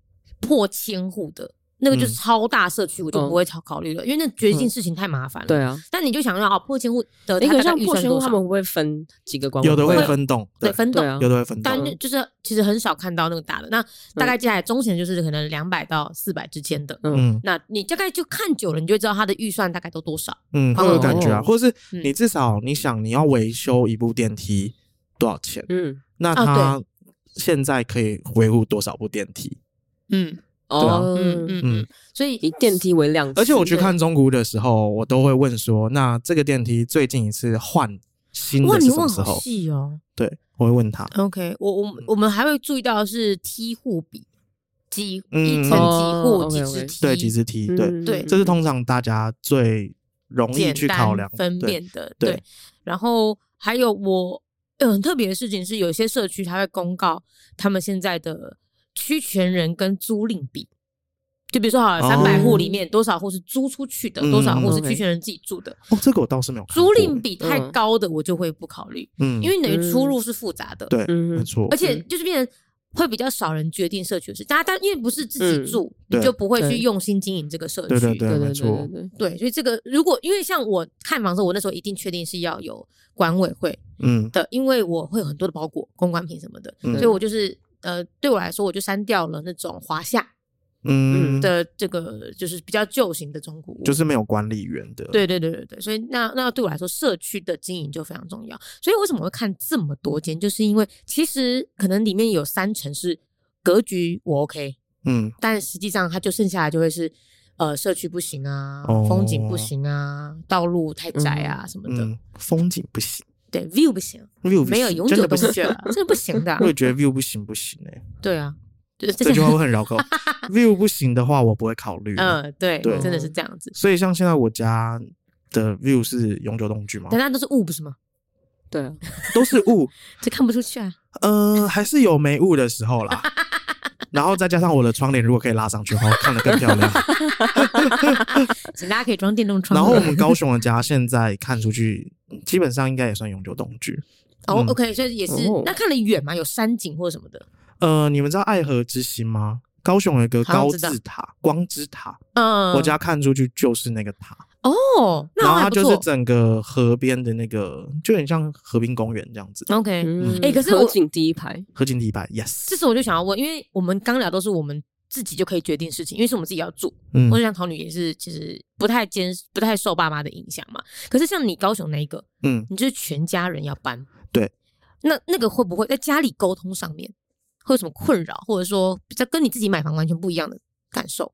Speaker 1: 破千户的那个就是
Speaker 2: 嗯
Speaker 1: 超大社区，我就不会考考虑了，因为那决定事情太麻烦了。
Speaker 3: 嗯对，啊，
Speaker 1: 但你就想让哦，破千户的
Speaker 3: 你
Speaker 1: 它大
Speaker 3: 可能
Speaker 1: 概
Speaker 3: 像
Speaker 1: 预
Speaker 3: 破
Speaker 1: 算
Speaker 3: 千户，
Speaker 1: 多
Speaker 3: 他
Speaker 1: 少
Speaker 3: 们？会不会分几个管委
Speaker 2: 有的会
Speaker 1: 会
Speaker 2: 分栋，
Speaker 1: 对，分
Speaker 3: 对
Speaker 1: 栋。
Speaker 3: 啊嗯
Speaker 2: 有，的会分
Speaker 1: 但
Speaker 2: 栋，
Speaker 1: 就是其实很少看到那个大的，那大概接下来中型就是可能两百到四百之间的，
Speaker 2: 嗯
Speaker 1: 那你大概就看久了，你就会知道它的预算大概都多少。
Speaker 2: 嗯，会有感觉啊，
Speaker 3: 哦
Speaker 2: 或者是
Speaker 1: 嗯
Speaker 2: 你至少你想你要维修一部电梯多少钱，
Speaker 3: 嗯，
Speaker 2: 那
Speaker 1: 啊
Speaker 2: 它现在可以维护多少部电梯？
Speaker 1: 嗯
Speaker 2: 啊
Speaker 3: 哦，
Speaker 1: 嗯嗯嗯，所以
Speaker 3: 以电梯为量尺，
Speaker 2: 而且我去
Speaker 1: 对
Speaker 2: 看中古的时候，我都会问说，那这个电梯最近一次换新
Speaker 1: 哇，
Speaker 2: 的是
Speaker 1: 你
Speaker 2: 什么
Speaker 1: 问
Speaker 2: 时
Speaker 1: 好
Speaker 2: 候？嗯
Speaker 1: 细哦。
Speaker 2: 对，我会问他。
Speaker 1: OK，我我们我们还会注意到的是梯户比几
Speaker 2: 嗯
Speaker 1: 一层几户
Speaker 3: 哦
Speaker 1: 几只
Speaker 3: OK，OK
Speaker 1: 梯，
Speaker 2: 对，几次梯，对，
Speaker 3: 嗯
Speaker 1: 对
Speaker 2: 这是通常大家最容易
Speaker 1: 简
Speaker 2: 去
Speaker 1: 单
Speaker 2: 考量
Speaker 1: 分
Speaker 2: 对，
Speaker 1: 辨的
Speaker 2: 对
Speaker 1: 对。然后还有我呃很特别的事情是，有些社区它会公告他们现在的区权人跟租赁比。就比如说好了，
Speaker 2: 哦
Speaker 1: 三百户里面多少户是租出去的，
Speaker 2: 嗯
Speaker 1: 多少户是
Speaker 3: OK
Speaker 1: 区权人自己住的。
Speaker 2: 哦，这个我倒是没有看
Speaker 1: 租
Speaker 2: 过
Speaker 1: 赁，比太
Speaker 3: 嗯
Speaker 1: 高的，我就会不考虑，
Speaker 2: 嗯，
Speaker 1: 因为等于出
Speaker 3: 嗯
Speaker 1: 入是复杂的。
Speaker 2: 对，
Speaker 3: 嗯
Speaker 2: 没错
Speaker 1: 而，且就是变成会比较少人决定社区的事，大家但因为不是自己住，
Speaker 2: 嗯
Speaker 1: 你就不会去
Speaker 3: 对
Speaker 1: 用心经营这个社区。
Speaker 2: 对对对，
Speaker 3: 对
Speaker 2: 没
Speaker 3: 对对
Speaker 2: 错
Speaker 3: 对，对，
Speaker 1: 对所以这个如果因为像我看房的时候，我那时候一定确定是要有管委会
Speaker 2: 嗯
Speaker 1: 的，因为我会有很多的包裹、公关品什么的，
Speaker 2: 嗯
Speaker 1: 所以我就是呃，对我来说，我就删掉了那种华夏
Speaker 2: 嗯，
Speaker 1: 的这个就是比较旧型的中古屋，
Speaker 2: 就是没有管理员的，，
Speaker 1: 对对对对对，所以那那对我来说，社区的经营就非常重要。所以为什么会看这么多间，就是因为其实可能里面有三成是格局我 OK，
Speaker 2: 嗯
Speaker 1: 但实际上它就剩下来就会是呃社区不行啊，
Speaker 2: 哦
Speaker 1: 风景不行啊，道路太窄啊、什么的，
Speaker 2: 嗯，风景不行
Speaker 1: 对 view 不行，
Speaker 2: ，view 不
Speaker 1: 没有
Speaker 2: 行
Speaker 1: 永
Speaker 2: 真
Speaker 1: 久
Speaker 2: 的不
Speaker 1: 东
Speaker 2: 行
Speaker 1: 西，了，真的不行 的啊、
Speaker 2: 我也觉得 view 不行不行哎，
Speaker 1: 对啊，就是
Speaker 2: 这 句话会
Speaker 1: 些，
Speaker 2: 很绕口，view 不行的话我不会考虑，
Speaker 1: 嗯、对，
Speaker 2: 对
Speaker 1: 真的是这样子，
Speaker 2: 所以像现在我家的 view 是永久动 距吗
Speaker 1: 但？那都是雾不是吗？
Speaker 3: 对啊，
Speaker 2: 都是雾，
Speaker 1: 这看不出去啊，
Speaker 2: 呃，还是有没雾的时候 啦。然后再加上我的窗帘，如果可以拉上去的话，看得更漂 亮。
Speaker 1: 请大家可以装电动窗
Speaker 2: 然
Speaker 1: 户。啊
Speaker 2: 后我们高雄的家现在看出去，基本上应该也算永久动距。
Speaker 1: 哦、
Speaker 2: 嗯
Speaker 1: o k 所以也是、
Speaker 3: 哦
Speaker 1: 那看得远吗？有山景或什么的？
Speaker 2: 呃，你们知道爱河之心吗？高雄有一个
Speaker 1: 好
Speaker 2: 高
Speaker 1: 知道
Speaker 2: 字塔、光之塔，
Speaker 1: 嗯，
Speaker 2: 我家看出去就是那个塔。
Speaker 1: 哦，那
Speaker 2: 然后
Speaker 1: 还
Speaker 2: 它
Speaker 1: 不
Speaker 2: 就是
Speaker 1: 错。
Speaker 2: 整个河边的那个，就很像河滨公园这样子。
Speaker 1: OK，、
Speaker 3: 嗯
Speaker 1: 哎可是我
Speaker 3: 河景第一排，
Speaker 2: 河景地板，yes，
Speaker 1: 这时候我就想要问，因为我们刚聊都是我们自己就可以决定事情，因为是我们自己要住。
Speaker 2: 嗯
Speaker 1: 我就像桃女也是，其实不太坚，不太受爸妈的影响嘛。可是像你高雄那一个，
Speaker 2: 嗯，
Speaker 1: 你就是全家人要搬，
Speaker 2: 对，
Speaker 1: 那那个会不会在家里沟通上面会有什么困扰，或者说这跟你自己买房完全不一样的感受？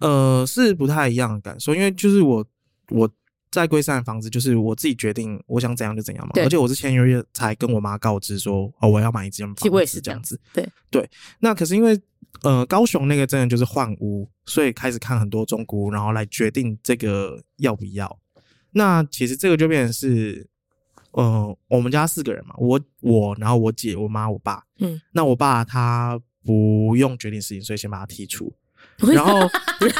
Speaker 2: 呃，是不太一样的感受，因为就是我我在龟山的房子，就是我自己决定我想怎样就怎样嘛，
Speaker 1: 对
Speaker 2: 而且我是前一个月才跟我妈告知说，哦，我要买一间房
Speaker 1: 其
Speaker 2: 子，
Speaker 1: 实我也是
Speaker 2: 这
Speaker 1: 这
Speaker 2: 样
Speaker 1: 样
Speaker 2: 子。
Speaker 1: 对
Speaker 2: 对，那可是因为呃，高雄那个真的就是换屋，所以开始看很多中古屋，然后来决定这个要不要。那其实这个就变成是，呃，我们家四个人嘛，我我，然后我姐、我妈、我爸。
Speaker 1: 嗯，
Speaker 2: 那我爸他不用决定事情，所以先把他剔除。然后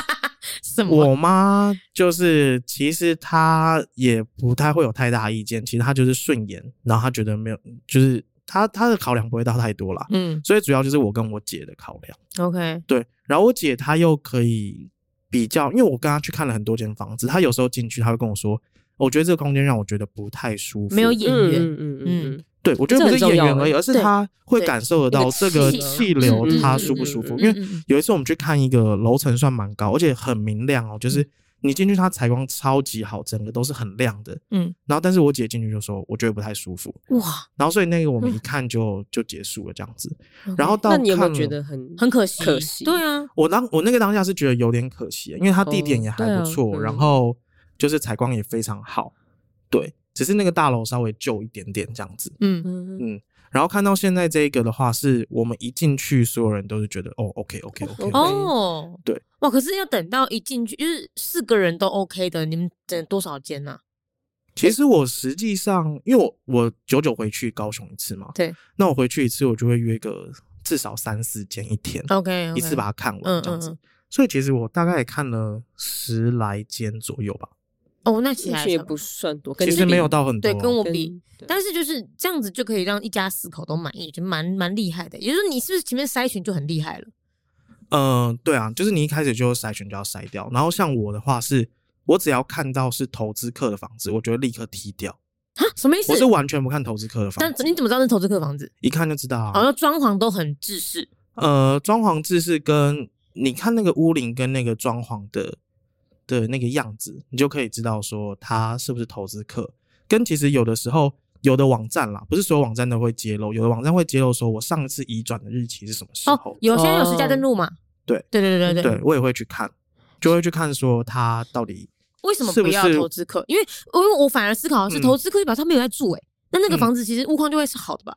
Speaker 1: 什么？
Speaker 2: 我妈就是，其实她也不太会有太大意见，其实她就是顺眼，然后她觉得没有，就是她她的考量不会到太多啦。
Speaker 1: 嗯
Speaker 2: 所以主要就是我跟我姐的考量。
Speaker 1: ，OK，
Speaker 2: 对，然后我姐她又可以比较，因为我跟她去看了很多间房子，她有时候进去，她会跟我说，我觉得这个空间让我觉得不太舒服。
Speaker 1: 没有演员，
Speaker 3: 嗯嗯嗯嗯，
Speaker 2: 对我觉得不
Speaker 3: 这很
Speaker 2: 是
Speaker 3: 重
Speaker 2: 演
Speaker 3: 要
Speaker 2: 员
Speaker 3: 欸
Speaker 2: 而已，而是
Speaker 1: 对
Speaker 2: 她会
Speaker 1: 对
Speaker 2: 感受得到
Speaker 1: 那
Speaker 2: 这
Speaker 1: 个
Speaker 2: 个
Speaker 1: 气
Speaker 2: 气流
Speaker 1: 嗯嗯
Speaker 2: 它
Speaker 1: 嗯
Speaker 2: 舒不舒服，
Speaker 3: 嗯
Speaker 2: 因为
Speaker 1: 嗯嗯
Speaker 2: 有一次我们去看一个楼层算蛮高，而且很明亮哦，就是
Speaker 3: 嗯
Speaker 2: 你进去它采光超级好，整个都是很亮的。
Speaker 1: 嗯，
Speaker 2: 然后但是我姐进去就说我觉得不太舒服，
Speaker 1: 嗯哇，
Speaker 2: 然后所以那个我们一看就、就结束了这样子。
Speaker 1: OK
Speaker 2: 然后到
Speaker 3: 嗯那你有没有
Speaker 2: 看
Speaker 3: 觉
Speaker 2: 了
Speaker 3: 得很
Speaker 1: 很可惜，
Speaker 3: 可惜
Speaker 1: 对啊，
Speaker 2: 我当我那个当下是觉得有点可惜，因为它地点也还不
Speaker 3: 哦
Speaker 2: 错，
Speaker 3: 对啊嗯
Speaker 2: 然后就是采光也非常好，对，只是那个大楼稍微旧一点点这样子。
Speaker 1: 嗯，
Speaker 3: 嗯
Speaker 2: 嗯，然后看到现在这个的话，是我们一进去，所有人都是觉得哦，OK OK OK，,
Speaker 3: 哦
Speaker 1: 哦，
Speaker 2: 对，
Speaker 1: 哇，可是要等到一进去，就是四个人都 OK 的，你们整多少间啊呐？
Speaker 2: 其实我实际上，因为我我久久回去高雄一次嘛，
Speaker 1: 对
Speaker 2: 那我回去一次，我就会约个至少三四间一天，
Speaker 1: ，OK，
Speaker 2: 一次把，它看
Speaker 1: 哦嗯
Speaker 2: 完这样
Speaker 1: 嗯
Speaker 2: 子。
Speaker 1: 嗯，
Speaker 2: 所以其实我大概也看了十来间左右吧，
Speaker 1: 哦，那
Speaker 3: 其
Speaker 1: 其实还
Speaker 3: 实也
Speaker 1: 差
Speaker 3: 不算多，
Speaker 2: 其实没有到很多。
Speaker 1: 对，跟我
Speaker 3: 跟
Speaker 1: 比。
Speaker 3: 对
Speaker 1: 但是就是这样子就可以让一家四口都满意，就蛮蛮厉害的。也就是你是不是前面筛选就很厉害了？
Speaker 2: 嗯，对啊，就是你一开始就筛选就要筛掉。然后像我的话是，我只要看到是投资客的房子，我就会立刻踢掉。
Speaker 1: 啊，什么意思
Speaker 2: 我？是完全不看投资客的
Speaker 1: 但
Speaker 2: 房子，
Speaker 1: 你怎么知道那是投资客房子？
Speaker 2: 一看就知道啊。
Speaker 1: 好像装潢都很制式，
Speaker 2: 呃，装潢制式跟你看那个屋龄跟那个装潢的的那个样子，你就可以知道说它是不是投资客。跟其实有的时候有的网站啦，不是所有网站都会揭露，有的网站会揭露说我上一次移转的日期是什么时候。
Speaker 1: 哦，有些人有实价登录嘛？
Speaker 2: 呃对嗯
Speaker 1: 对对对对
Speaker 2: 对我也会去看，就会去看说它到底
Speaker 1: 为什么
Speaker 2: 是
Speaker 1: 不
Speaker 2: 不
Speaker 1: 要
Speaker 2: 是
Speaker 1: 投资客？因为因为我反而思考的是
Speaker 2: 嗯
Speaker 1: 投资客，就表示他没有在住哎、那那个
Speaker 2: 嗯
Speaker 1: 房子其实物况就会是好的吧？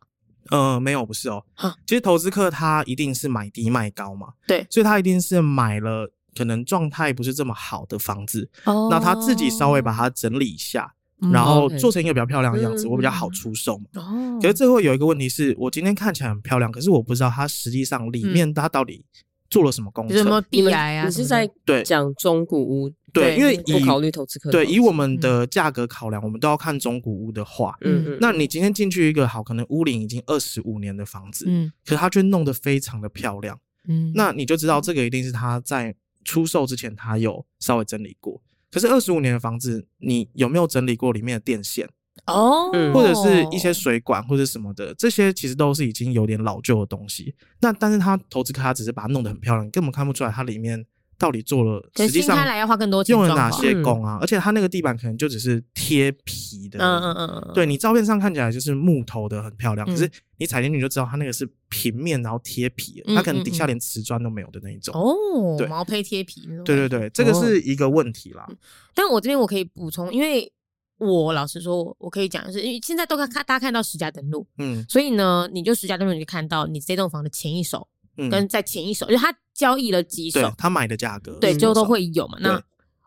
Speaker 2: 呃，没有，不是哦
Speaker 1: 哈。
Speaker 2: 其实投资客他一定是买低卖高嘛，
Speaker 1: 对
Speaker 2: 所以他一定是买了可能状态不是这么好的房子，
Speaker 1: 哦
Speaker 2: 那他自己稍微把它整理一下，
Speaker 1: 嗯
Speaker 2: 然后
Speaker 3: OK
Speaker 2: 做成一个比较漂亮的样子，
Speaker 3: 嗯
Speaker 2: 我比较好出售嘛。
Speaker 1: 哦，
Speaker 2: 可是这会有一个问题是，我今天看起来很漂亮，可是我不知道它实际上里面它到底做了什么工
Speaker 1: 嗯有什么
Speaker 2: 程。
Speaker 1: B
Speaker 3: 你
Speaker 1: I
Speaker 3: 们
Speaker 1: 啊？
Speaker 3: 你是在
Speaker 2: 对
Speaker 3: 讲中古屋
Speaker 2: 对，
Speaker 1: 对
Speaker 2: 因为
Speaker 3: 不考
Speaker 2: 以
Speaker 3: 虑投资客
Speaker 2: 对
Speaker 3: 吗
Speaker 2: 以我
Speaker 1: 嗯
Speaker 2: 们的价格考量，我们都要看中古屋的话，
Speaker 3: 嗯嗯
Speaker 2: 那你今天进去一个好，可能屋龄已经二十五年的房子，
Speaker 1: 嗯
Speaker 2: 可它却弄得非常的漂亮。
Speaker 1: 嗯
Speaker 2: 那你就知道这个一定是他在出售之前他有稍微整理过。可是二十五年的房子，你有没有整理过里面的电线，
Speaker 1: 哦，
Speaker 3: 嗯
Speaker 2: 或者是一些水管或者什么的？这些其实都是已经有点老旧的东西。那但是他投资客他只是把它弄得很漂亮，根本看不出来它里面到底做了
Speaker 1: 可
Speaker 2: 实
Speaker 1: 是
Speaker 2: 际
Speaker 1: 新
Speaker 2: 上
Speaker 1: 开来要花更多钱
Speaker 2: 用了
Speaker 1: 装
Speaker 2: 哪
Speaker 1: 潢
Speaker 2: 些
Speaker 3: 嗯
Speaker 2: 工啊。而且它那个地板可能就只是贴皮的，
Speaker 1: 嗯嗯嗯嗯，嗯，
Speaker 2: 对你照片上看起来就是木头的，很漂亮，可是
Speaker 1: 嗯
Speaker 2: 你踩进去就知道它那个是平面，然后贴皮的，
Speaker 1: 嗯
Speaker 2: 它可能
Speaker 1: 嗯
Speaker 2: 底下
Speaker 1: 嗯
Speaker 2: 连瓷砖都没有的那一种。
Speaker 1: 哦
Speaker 2: 对，
Speaker 1: 毛坯贴皮那种
Speaker 2: 对
Speaker 1: 感觉
Speaker 2: 对对，这个
Speaker 1: 哦
Speaker 2: 是一个问题啦。
Speaker 1: 但我这边我可以补充，因为我老实说，我我可以讲的是，因为现在都看看大家看到实价登录，
Speaker 2: 嗯
Speaker 1: 所以呢，你就实价登录你就看到你这栋房的前一手
Speaker 2: 嗯，
Speaker 1: 跟在前一手，就是它交易了几
Speaker 2: 对
Speaker 1: 手，
Speaker 2: 他买的价格，
Speaker 1: 对，
Speaker 3: 嗯
Speaker 1: 最后都。会有嘛。那
Speaker 2: 对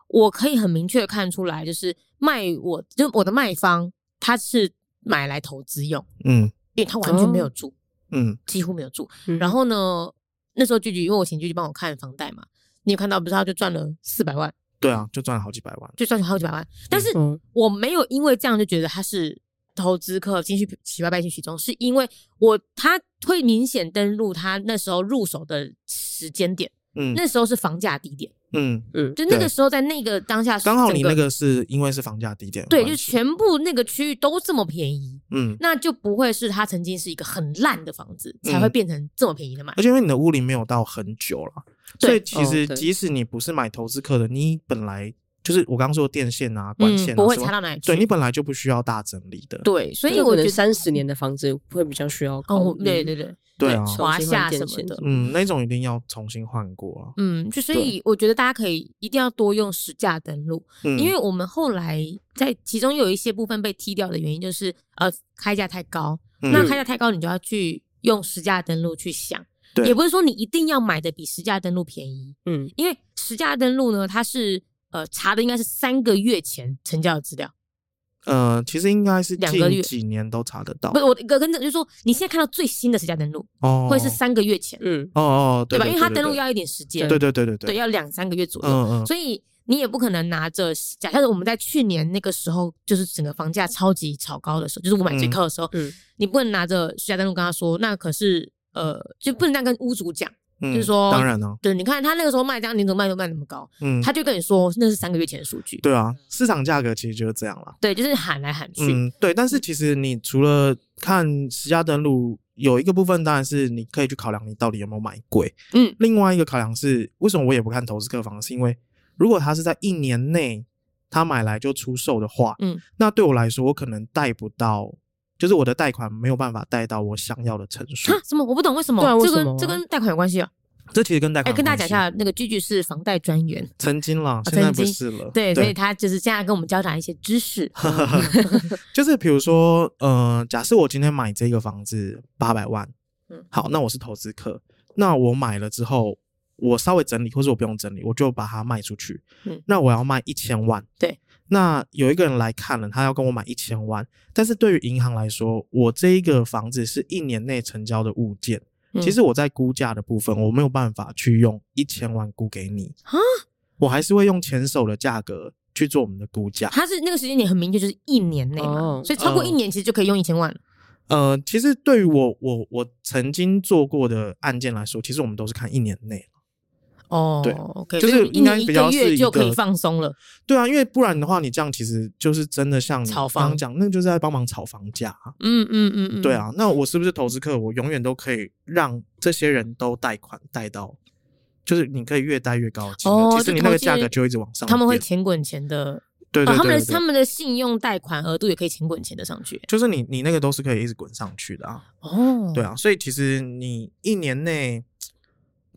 Speaker 1: 我可以很明确地看出来，就是卖我就我的卖方他是买来投资用，
Speaker 2: 嗯
Speaker 1: 因为他完全没有
Speaker 3: 哦
Speaker 1: 住，
Speaker 2: 嗯
Speaker 1: 几乎没有住。
Speaker 3: 嗯
Speaker 1: 然后呢，那时候聚聚因为我请聚聚帮我看房贷嘛，你有看到不是他就赚了四百万，
Speaker 2: 对啊，就赚了好几百万。
Speaker 1: 就赚了好几百万，但是
Speaker 3: 嗯
Speaker 1: 我没有因为这样就觉得他是投资客进去洗白白进其中，是因为我他会明显登录他那时候入手的时间点，
Speaker 2: 嗯
Speaker 1: 那时候是房价低点，
Speaker 2: 嗯，
Speaker 1: 就那
Speaker 2: 对
Speaker 1: 个时候在那个当下
Speaker 2: 刚好你
Speaker 1: 整
Speaker 2: 那个是因为是房价低点的
Speaker 1: 对，
Speaker 2: 关
Speaker 1: 就
Speaker 2: 系，
Speaker 1: 是全部那个区域都这么便宜，
Speaker 2: 嗯，
Speaker 1: 那就不会是他曾经是一个很烂的房子才会
Speaker 2: 嗯
Speaker 1: 变成这么便宜的买。
Speaker 2: 而且因为你的屋龄没有到很久了，
Speaker 1: 对
Speaker 2: 所以其
Speaker 3: 哦
Speaker 2: 实
Speaker 3: 对
Speaker 2: 即使你不是买投资客的，你本来就是我刚刚说的电线啊、管线
Speaker 1: 嗯，
Speaker 2: 啊，
Speaker 1: 不会
Speaker 2: 什么
Speaker 1: 差到哪里去。
Speaker 2: 对你本来就不需要大整理的，
Speaker 1: 对，所以
Speaker 3: 就
Speaker 1: 我
Speaker 3: 可
Speaker 1: 觉
Speaker 3: 能
Speaker 1: 得，
Speaker 3: 三十年的房子会比较需要考
Speaker 1: 哦，
Speaker 3: 虑
Speaker 1: 对对对，
Speaker 2: 对啊，
Speaker 3: 重
Speaker 1: 华
Speaker 3: 新
Speaker 1: 夏
Speaker 3: 换电
Speaker 1: 什么
Speaker 3: 线
Speaker 1: 的
Speaker 3: 什么
Speaker 2: 嗯，那种一定要重新换过啊。
Speaker 1: 嗯，就所以我觉得大家可以一定要多用实价登录，
Speaker 2: 嗯，
Speaker 1: 因为我们后来在其中有一些部分被踢掉的原因就是，呃，开价太高。
Speaker 2: 嗯
Speaker 1: 那开价太高，你就要去用实价登录去想，
Speaker 2: 对
Speaker 1: 也不是说你一定要买的比实价登录便宜，
Speaker 3: 嗯，
Speaker 1: 因为实价登录呢，它是呃查的应该是三个月前成交的资料，
Speaker 2: 呃，其实应该是
Speaker 1: 两个月
Speaker 2: 近几年都查得到
Speaker 1: 不，是我跟跟着就是说你现在看到最新的实价登录，
Speaker 2: 哦，
Speaker 1: 会是三个月前，
Speaker 3: 嗯，
Speaker 2: 哦哦，
Speaker 1: 对吧？
Speaker 2: 对
Speaker 1: 因为它登录要一点时间，
Speaker 2: 对对对对
Speaker 1: 对，
Speaker 2: 对，
Speaker 1: 要两三个月左右，
Speaker 2: 嗯嗯，
Speaker 1: 所以你也不可能拿着，假设我们在去年那个时候，就是整个房价超级炒高的时候，就是我买最高的时候，
Speaker 3: 嗯嗯
Speaker 1: 你不能拿着实价登录跟他说，那可是呃，就不能这样跟屋主讲，
Speaker 2: 嗯
Speaker 1: 就是说
Speaker 2: 当然了，
Speaker 1: 对，你看他那个时候卖这样，你怎么卖都卖那么高，
Speaker 2: 嗯，
Speaker 1: 他就跟你说那是三个月前的数据，
Speaker 2: 对啊，市场价格其实就是这样啦。
Speaker 1: 对，就是喊来喊去，
Speaker 2: 嗯，对，但是其实你除了看实价登录，有一个部分当然是你可以去考量你到底有没有买贵，
Speaker 1: 嗯，
Speaker 2: 另外一个考量是为什么我也不看投资客房，是因为如果他是在一年内他买来就出售的话，
Speaker 1: 嗯，
Speaker 2: 那对我来说我可能贷不到，就是我的贷款没有办法贷到我想要的成数
Speaker 1: 哈，，什么我不懂为什么，
Speaker 3: 对啊为
Speaker 1: 这
Speaker 3: 什么
Speaker 1: 跟
Speaker 3: 啊
Speaker 1: 这跟贷款有关系啊？
Speaker 2: 这其实跟贷
Speaker 1: 哎，
Speaker 2: 款有
Speaker 1: 跟大家讲
Speaker 2: 关
Speaker 1: 一
Speaker 2: 系，
Speaker 1: 下，那个居居是房贷专员，
Speaker 2: 曾经啦，
Speaker 1: 哦
Speaker 2: 现在
Speaker 1: 曾
Speaker 2: 不
Speaker 1: 经
Speaker 2: 是了，
Speaker 1: 对，所以他就是现在跟我们交谈一些知 识，
Speaker 2: 就是比如说，呃，假设我今天买这个房子八百万，
Speaker 1: 嗯
Speaker 2: 好，那我是投资客，那我买了之后，我稍微整理，或者我不用整理，我就把它卖出去，
Speaker 1: 嗯
Speaker 2: 那我要卖一千万，
Speaker 1: 对，
Speaker 2: 那有一个人来看了，他要跟我买一千万，但是对于银行来说，我这一个房子是一年内成交的物件，
Speaker 1: 嗯
Speaker 2: 其实我在估价的部分，我没有办法去用一千万估给你
Speaker 1: 啊，
Speaker 2: 我还是会用前手的价格去做我们的估价。
Speaker 1: 他是那个时间点很明确，就是一年内嘛，
Speaker 3: 哦
Speaker 1: 所以超
Speaker 2: 嗯
Speaker 1: 过一年其实就可以用一千万了。
Speaker 2: 呃，其实对于我我我曾经做过的案件来说，其实我们都是看一年内。
Speaker 1: 哦，
Speaker 2: 对
Speaker 1: o k
Speaker 2: 就是
Speaker 1: 一
Speaker 2: 应该
Speaker 1: 年一
Speaker 2: 比较
Speaker 1: 个
Speaker 2: 是
Speaker 1: 月
Speaker 2: 一
Speaker 1: 就可以
Speaker 2: 个
Speaker 1: 放松了。
Speaker 2: 对啊，因为不然的话，你这样其实就是真的像你
Speaker 1: 炒
Speaker 2: 刚
Speaker 1: 房
Speaker 2: 刚讲，那就是在帮忙炒房价、啊。
Speaker 1: 嗯嗯嗯嗯，
Speaker 2: 对，啊，那我是不是投资客？我永远都可以让这些人都贷款贷到，就是你可以越贷越高的金额，
Speaker 1: 哦
Speaker 2: 其实
Speaker 1: 就
Speaker 2: 你那
Speaker 1: 投
Speaker 2: 个
Speaker 1: 资
Speaker 2: 价格就一直往上变。
Speaker 1: 他们会钱滚钱的，
Speaker 2: 对
Speaker 1: 哦
Speaker 2: 对
Speaker 1: 他们
Speaker 2: 对
Speaker 1: 的
Speaker 2: 对
Speaker 1: 他们的信用贷款额度也可以钱滚钱的上去。
Speaker 2: 就是你你那个都是可以一直滚上去的啊。
Speaker 1: 哦，
Speaker 2: 对，啊，所以其实你一年内，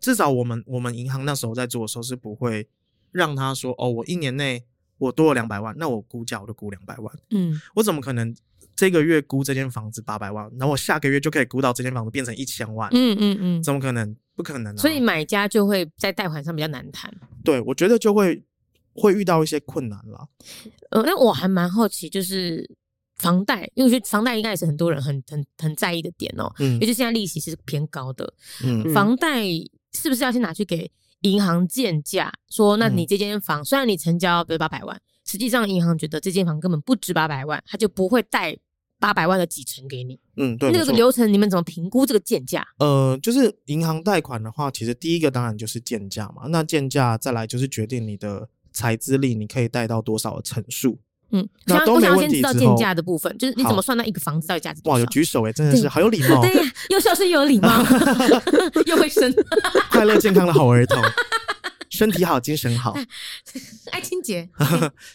Speaker 2: 至少我们我们银行那时候在做的时候是不会让他说哦，我一年内我多了两百万，那我估价我就估两百万，
Speaker 1: 嗯，
Speaker 2: 我怎么可能这个月估这间房子八百万，然后我下个月就可以估到这间房子变成一千万？
Speaker 1: 嗯嗯嗯，
Speaker 2: 怎么可能？不可能啊！
Speaker 1: 所以买家就会在贷款上比较难谈。
Speaker 2: 对我觉得就会会遇到一些困难啦。
Speaker 1: 呃，那我还蛮好奇，就是房贷，因为我觉得房贷应该也是很多人很很很在意的点哦，
Speaker 2: 嗯
Speaker 1: 尤其现在利息是偏高的，
Speaker 2: 嗯
Speaker 3: 嗯
Speaker 1: 房贷是不是要先拿去给银行建价？说，那你
Speaker 2: 嗯
Speaker 1: 这间房、虽然你成交比如八百万，实际上银行觉得这间房根本不值八百万，他就不会贷八百万的几成给你。
Speaker 2: 嗯，对，
Speaker 1: 那
Speaker 2: 没
Speaker 1: 个
Speaker 2: 错
Speaker 1: 流程你们怎么评估这个建价？
Speaker 2: 呃，就是银行贷款的话，其实第一个当然就是建价嘛。那建价再来就是决定你的财资力，你可以贷到多少的层数。
Speaker 1: 嗯，我
Speaker 2: 那
Speaker 1: 想要
Speaker 2: 都
Speaker 1: 我
Speaker 2: 没
Speaker 1: 想要
Speaker 2: 问
Speaker 1: 先
Speaker 2: 题
Speaker 1: 知道
Speaker 2: 之
Speaker 1: 建
Speaker 2: 后
Speaker 1: 价的部分，就是你怎
Speaker 2: 好
Speaker 1: 么算到一个房子到底价值多
Speaker 2: 哇，
Speaker 1: 少
Speaker 2: 有？举手哎、真的是
Speaker 1: 对
Speaker 2: 好有礼貌，
Speaker 1: 对呀，又孝顺又有礼 貌，又会生，
Speaker 2: 快乐健康的好儿童，身体好，精神好。
Speaker 1: 哎爱清 洁。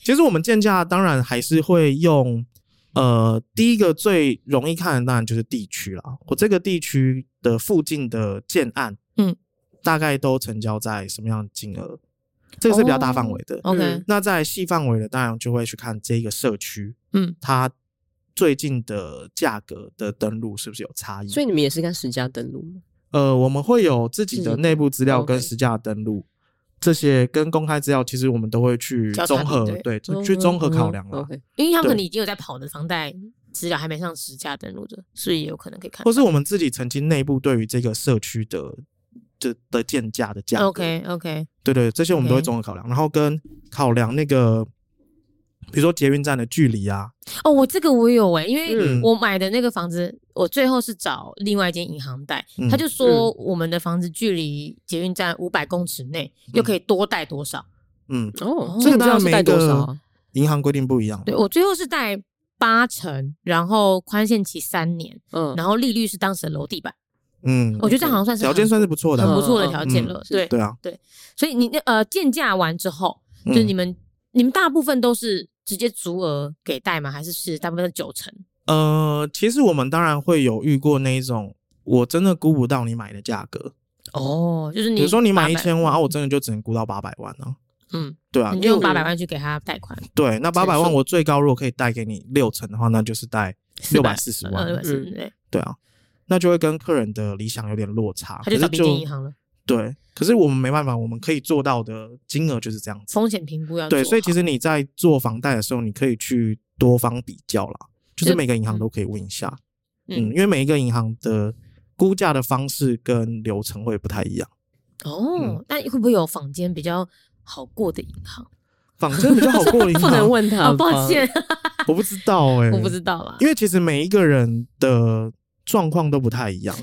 Speaker 2: 其实我们建价当然还是会用，呃，第一个最容易看的当然就是地区啦。我这个地区的附近的建案，
Speaker 1: 嗯，
Speaker 2: 大概都成交在什么样的金额？这个是比较大范围的。
Speaker 1: OK，
Speaker 3: 嗯
Speaker 2: 那在细范围的，当然就会去看这个社区，
Speaker 1: 嗯，
Speaker 2: 它最近的价格的登录是不是有差异。
Speaker 3: 所以你们也是看实价登录吗？
Speaker 2: 呃，我们会有自己的
Speaker 3: 自己
Speaker 2: 内部资料
Speaker 3: OK
Speaker 2: 跟实价登录，这些跟公开资料，其实我们都会去
Speaker 1: 交叉
Speaker 2: 综合
Speaker 1: 比，
Speaker 2: 对，去综合考量
Speaker 3: 了。
Speaker 2: 啦。
Speaker 3: 嗯 OK，
Speaker 1: 因为他们
Speaker 2: 对
Speaker 1: 可能已经有在跑的房贷资料还没上实价登录的，所以也有可能可以看
Speaker 2: 或。是我们自己曾经内部对于这个社区的的的建价的价格
Speaker 1: OK OK，
Speaker 2: 对对，这些我们都会
Speaker 1: OK
Speaker 2: 综合考量，然后跟考量那个，比如说捷运站的距离啊，
Speaker 1: 哦，我这个我有哎、因为
Speaker 2: 嗯
Speaker 1: 我买的那个房子，我最后是找另外一间银行贷，
Speaker 2: 嗯
Speaker 1: 他就说我们的房子距离捷运站五百公尺内，又可以多贷多少？
Speaker 2: 嗯，
Speaker 3: 哦，
Speaker 2: 这个
Speaker 3: 这
Speaker 2: 当
Speaker 3: 样
Speaker 2: 然
Speaker 3: 是
Speaker 2: 每
Speaker 3: 贷多少
Speaker 2: 个
Speaker 3: 啊？
Speaker 2: 银行规定不一样，
Speaker 1: 对我最后是贷八成，然后宽限期三年，
Speaker 3: 嗯，
Speaker 1: 然后利率是当时的楼地板，
Speaker 2: 嗯，
Speaker 1: 我觉得这好像算是
Speaker 2: 条件
Speaker 1: 很
Speaker 2: 算是不错的
Speaker 1: 很
Speaker 2: 啊，
Speaker 1: 不错的
Speaker 3: 嗯
Speaker 1: 条件了。对，
Speaker 2: 对啊，
Speaker 1: 所以你那呃建价完之后，就是
Speaker 2: 嗯
Speaker 1: 你们、你们大部分都是直接足额给贷吗？还是是大部分是九成？
Speaker 2: 呃，其实我们当然会有遇过那一种，我真的估不到你买的价格。
Speaker 1: 哦，就是你
Speaker 2: 比如说你买
Speaker 1: 800
Speaker 2: 一千万，啊，我真的就只能估到八百万啊。
Speaker 1: 嗯，
Speaker 2: 对啊，
Speaker 1: 你
Speaker 2: 因
Speaker 1: 就
Speaker 2: 为
Speaker 1: 用
Speaker 2: 我
Speaker 1: 八百万去给他贷款，
Speaker 2: 对，那八百
Speaker 1: 乘
Speaker 2: 万
Speaker 1: 数
Speaker 2: 我最高如果可以贷给你六成的话，那就是贷六百四十
Speaker 1: 六
Speaker 2: 万。
Speaker 1: 百四
Speaker 3: 嗯
Speaker 1: 对。
Speaker 2: 对啊，那就会跟客人的理想有点落差。
Speaker 1: 他就找
Speaker 2: 可是
Speaker 1: 民间银行了，
Speaker 2: 对，可是我们没办法，我们可以做到的金额就是这样子。
Speaker 1: 风险评估要
Speaker 2: 对，
Speaker 1: 做
Speaker 2: 所以其
Speaker 1: 好
Speaker 2: 实你在做房贷的时候，你可以去多方比较啦，就
Speaker 1: 就是是
Speaker 2: 每个银行
Speaker 1: 嗯
Speaker 2: 都可以问一下，
Speaker 1: 嗯
Speaker 2: 嗯，因为每一个银行的估价的方式跟流程会不太一样。
Speaker 1: 哦，
Speaker 2: 嗯
Speaker 1: 那会不会有坊间比较好过的银行？
Speaker 2: 仿真比较好过 的银
Speaker 3: 不能
Speaker 2: 行，
Speaker 3: 问他吧、
Speaker 1: 啊，抱歉，
Speaker 2: 我不知 道哎、
Speaker 1: 我不知道啦。
Speaker 2: 因为其实每一个人的状况都不太一样，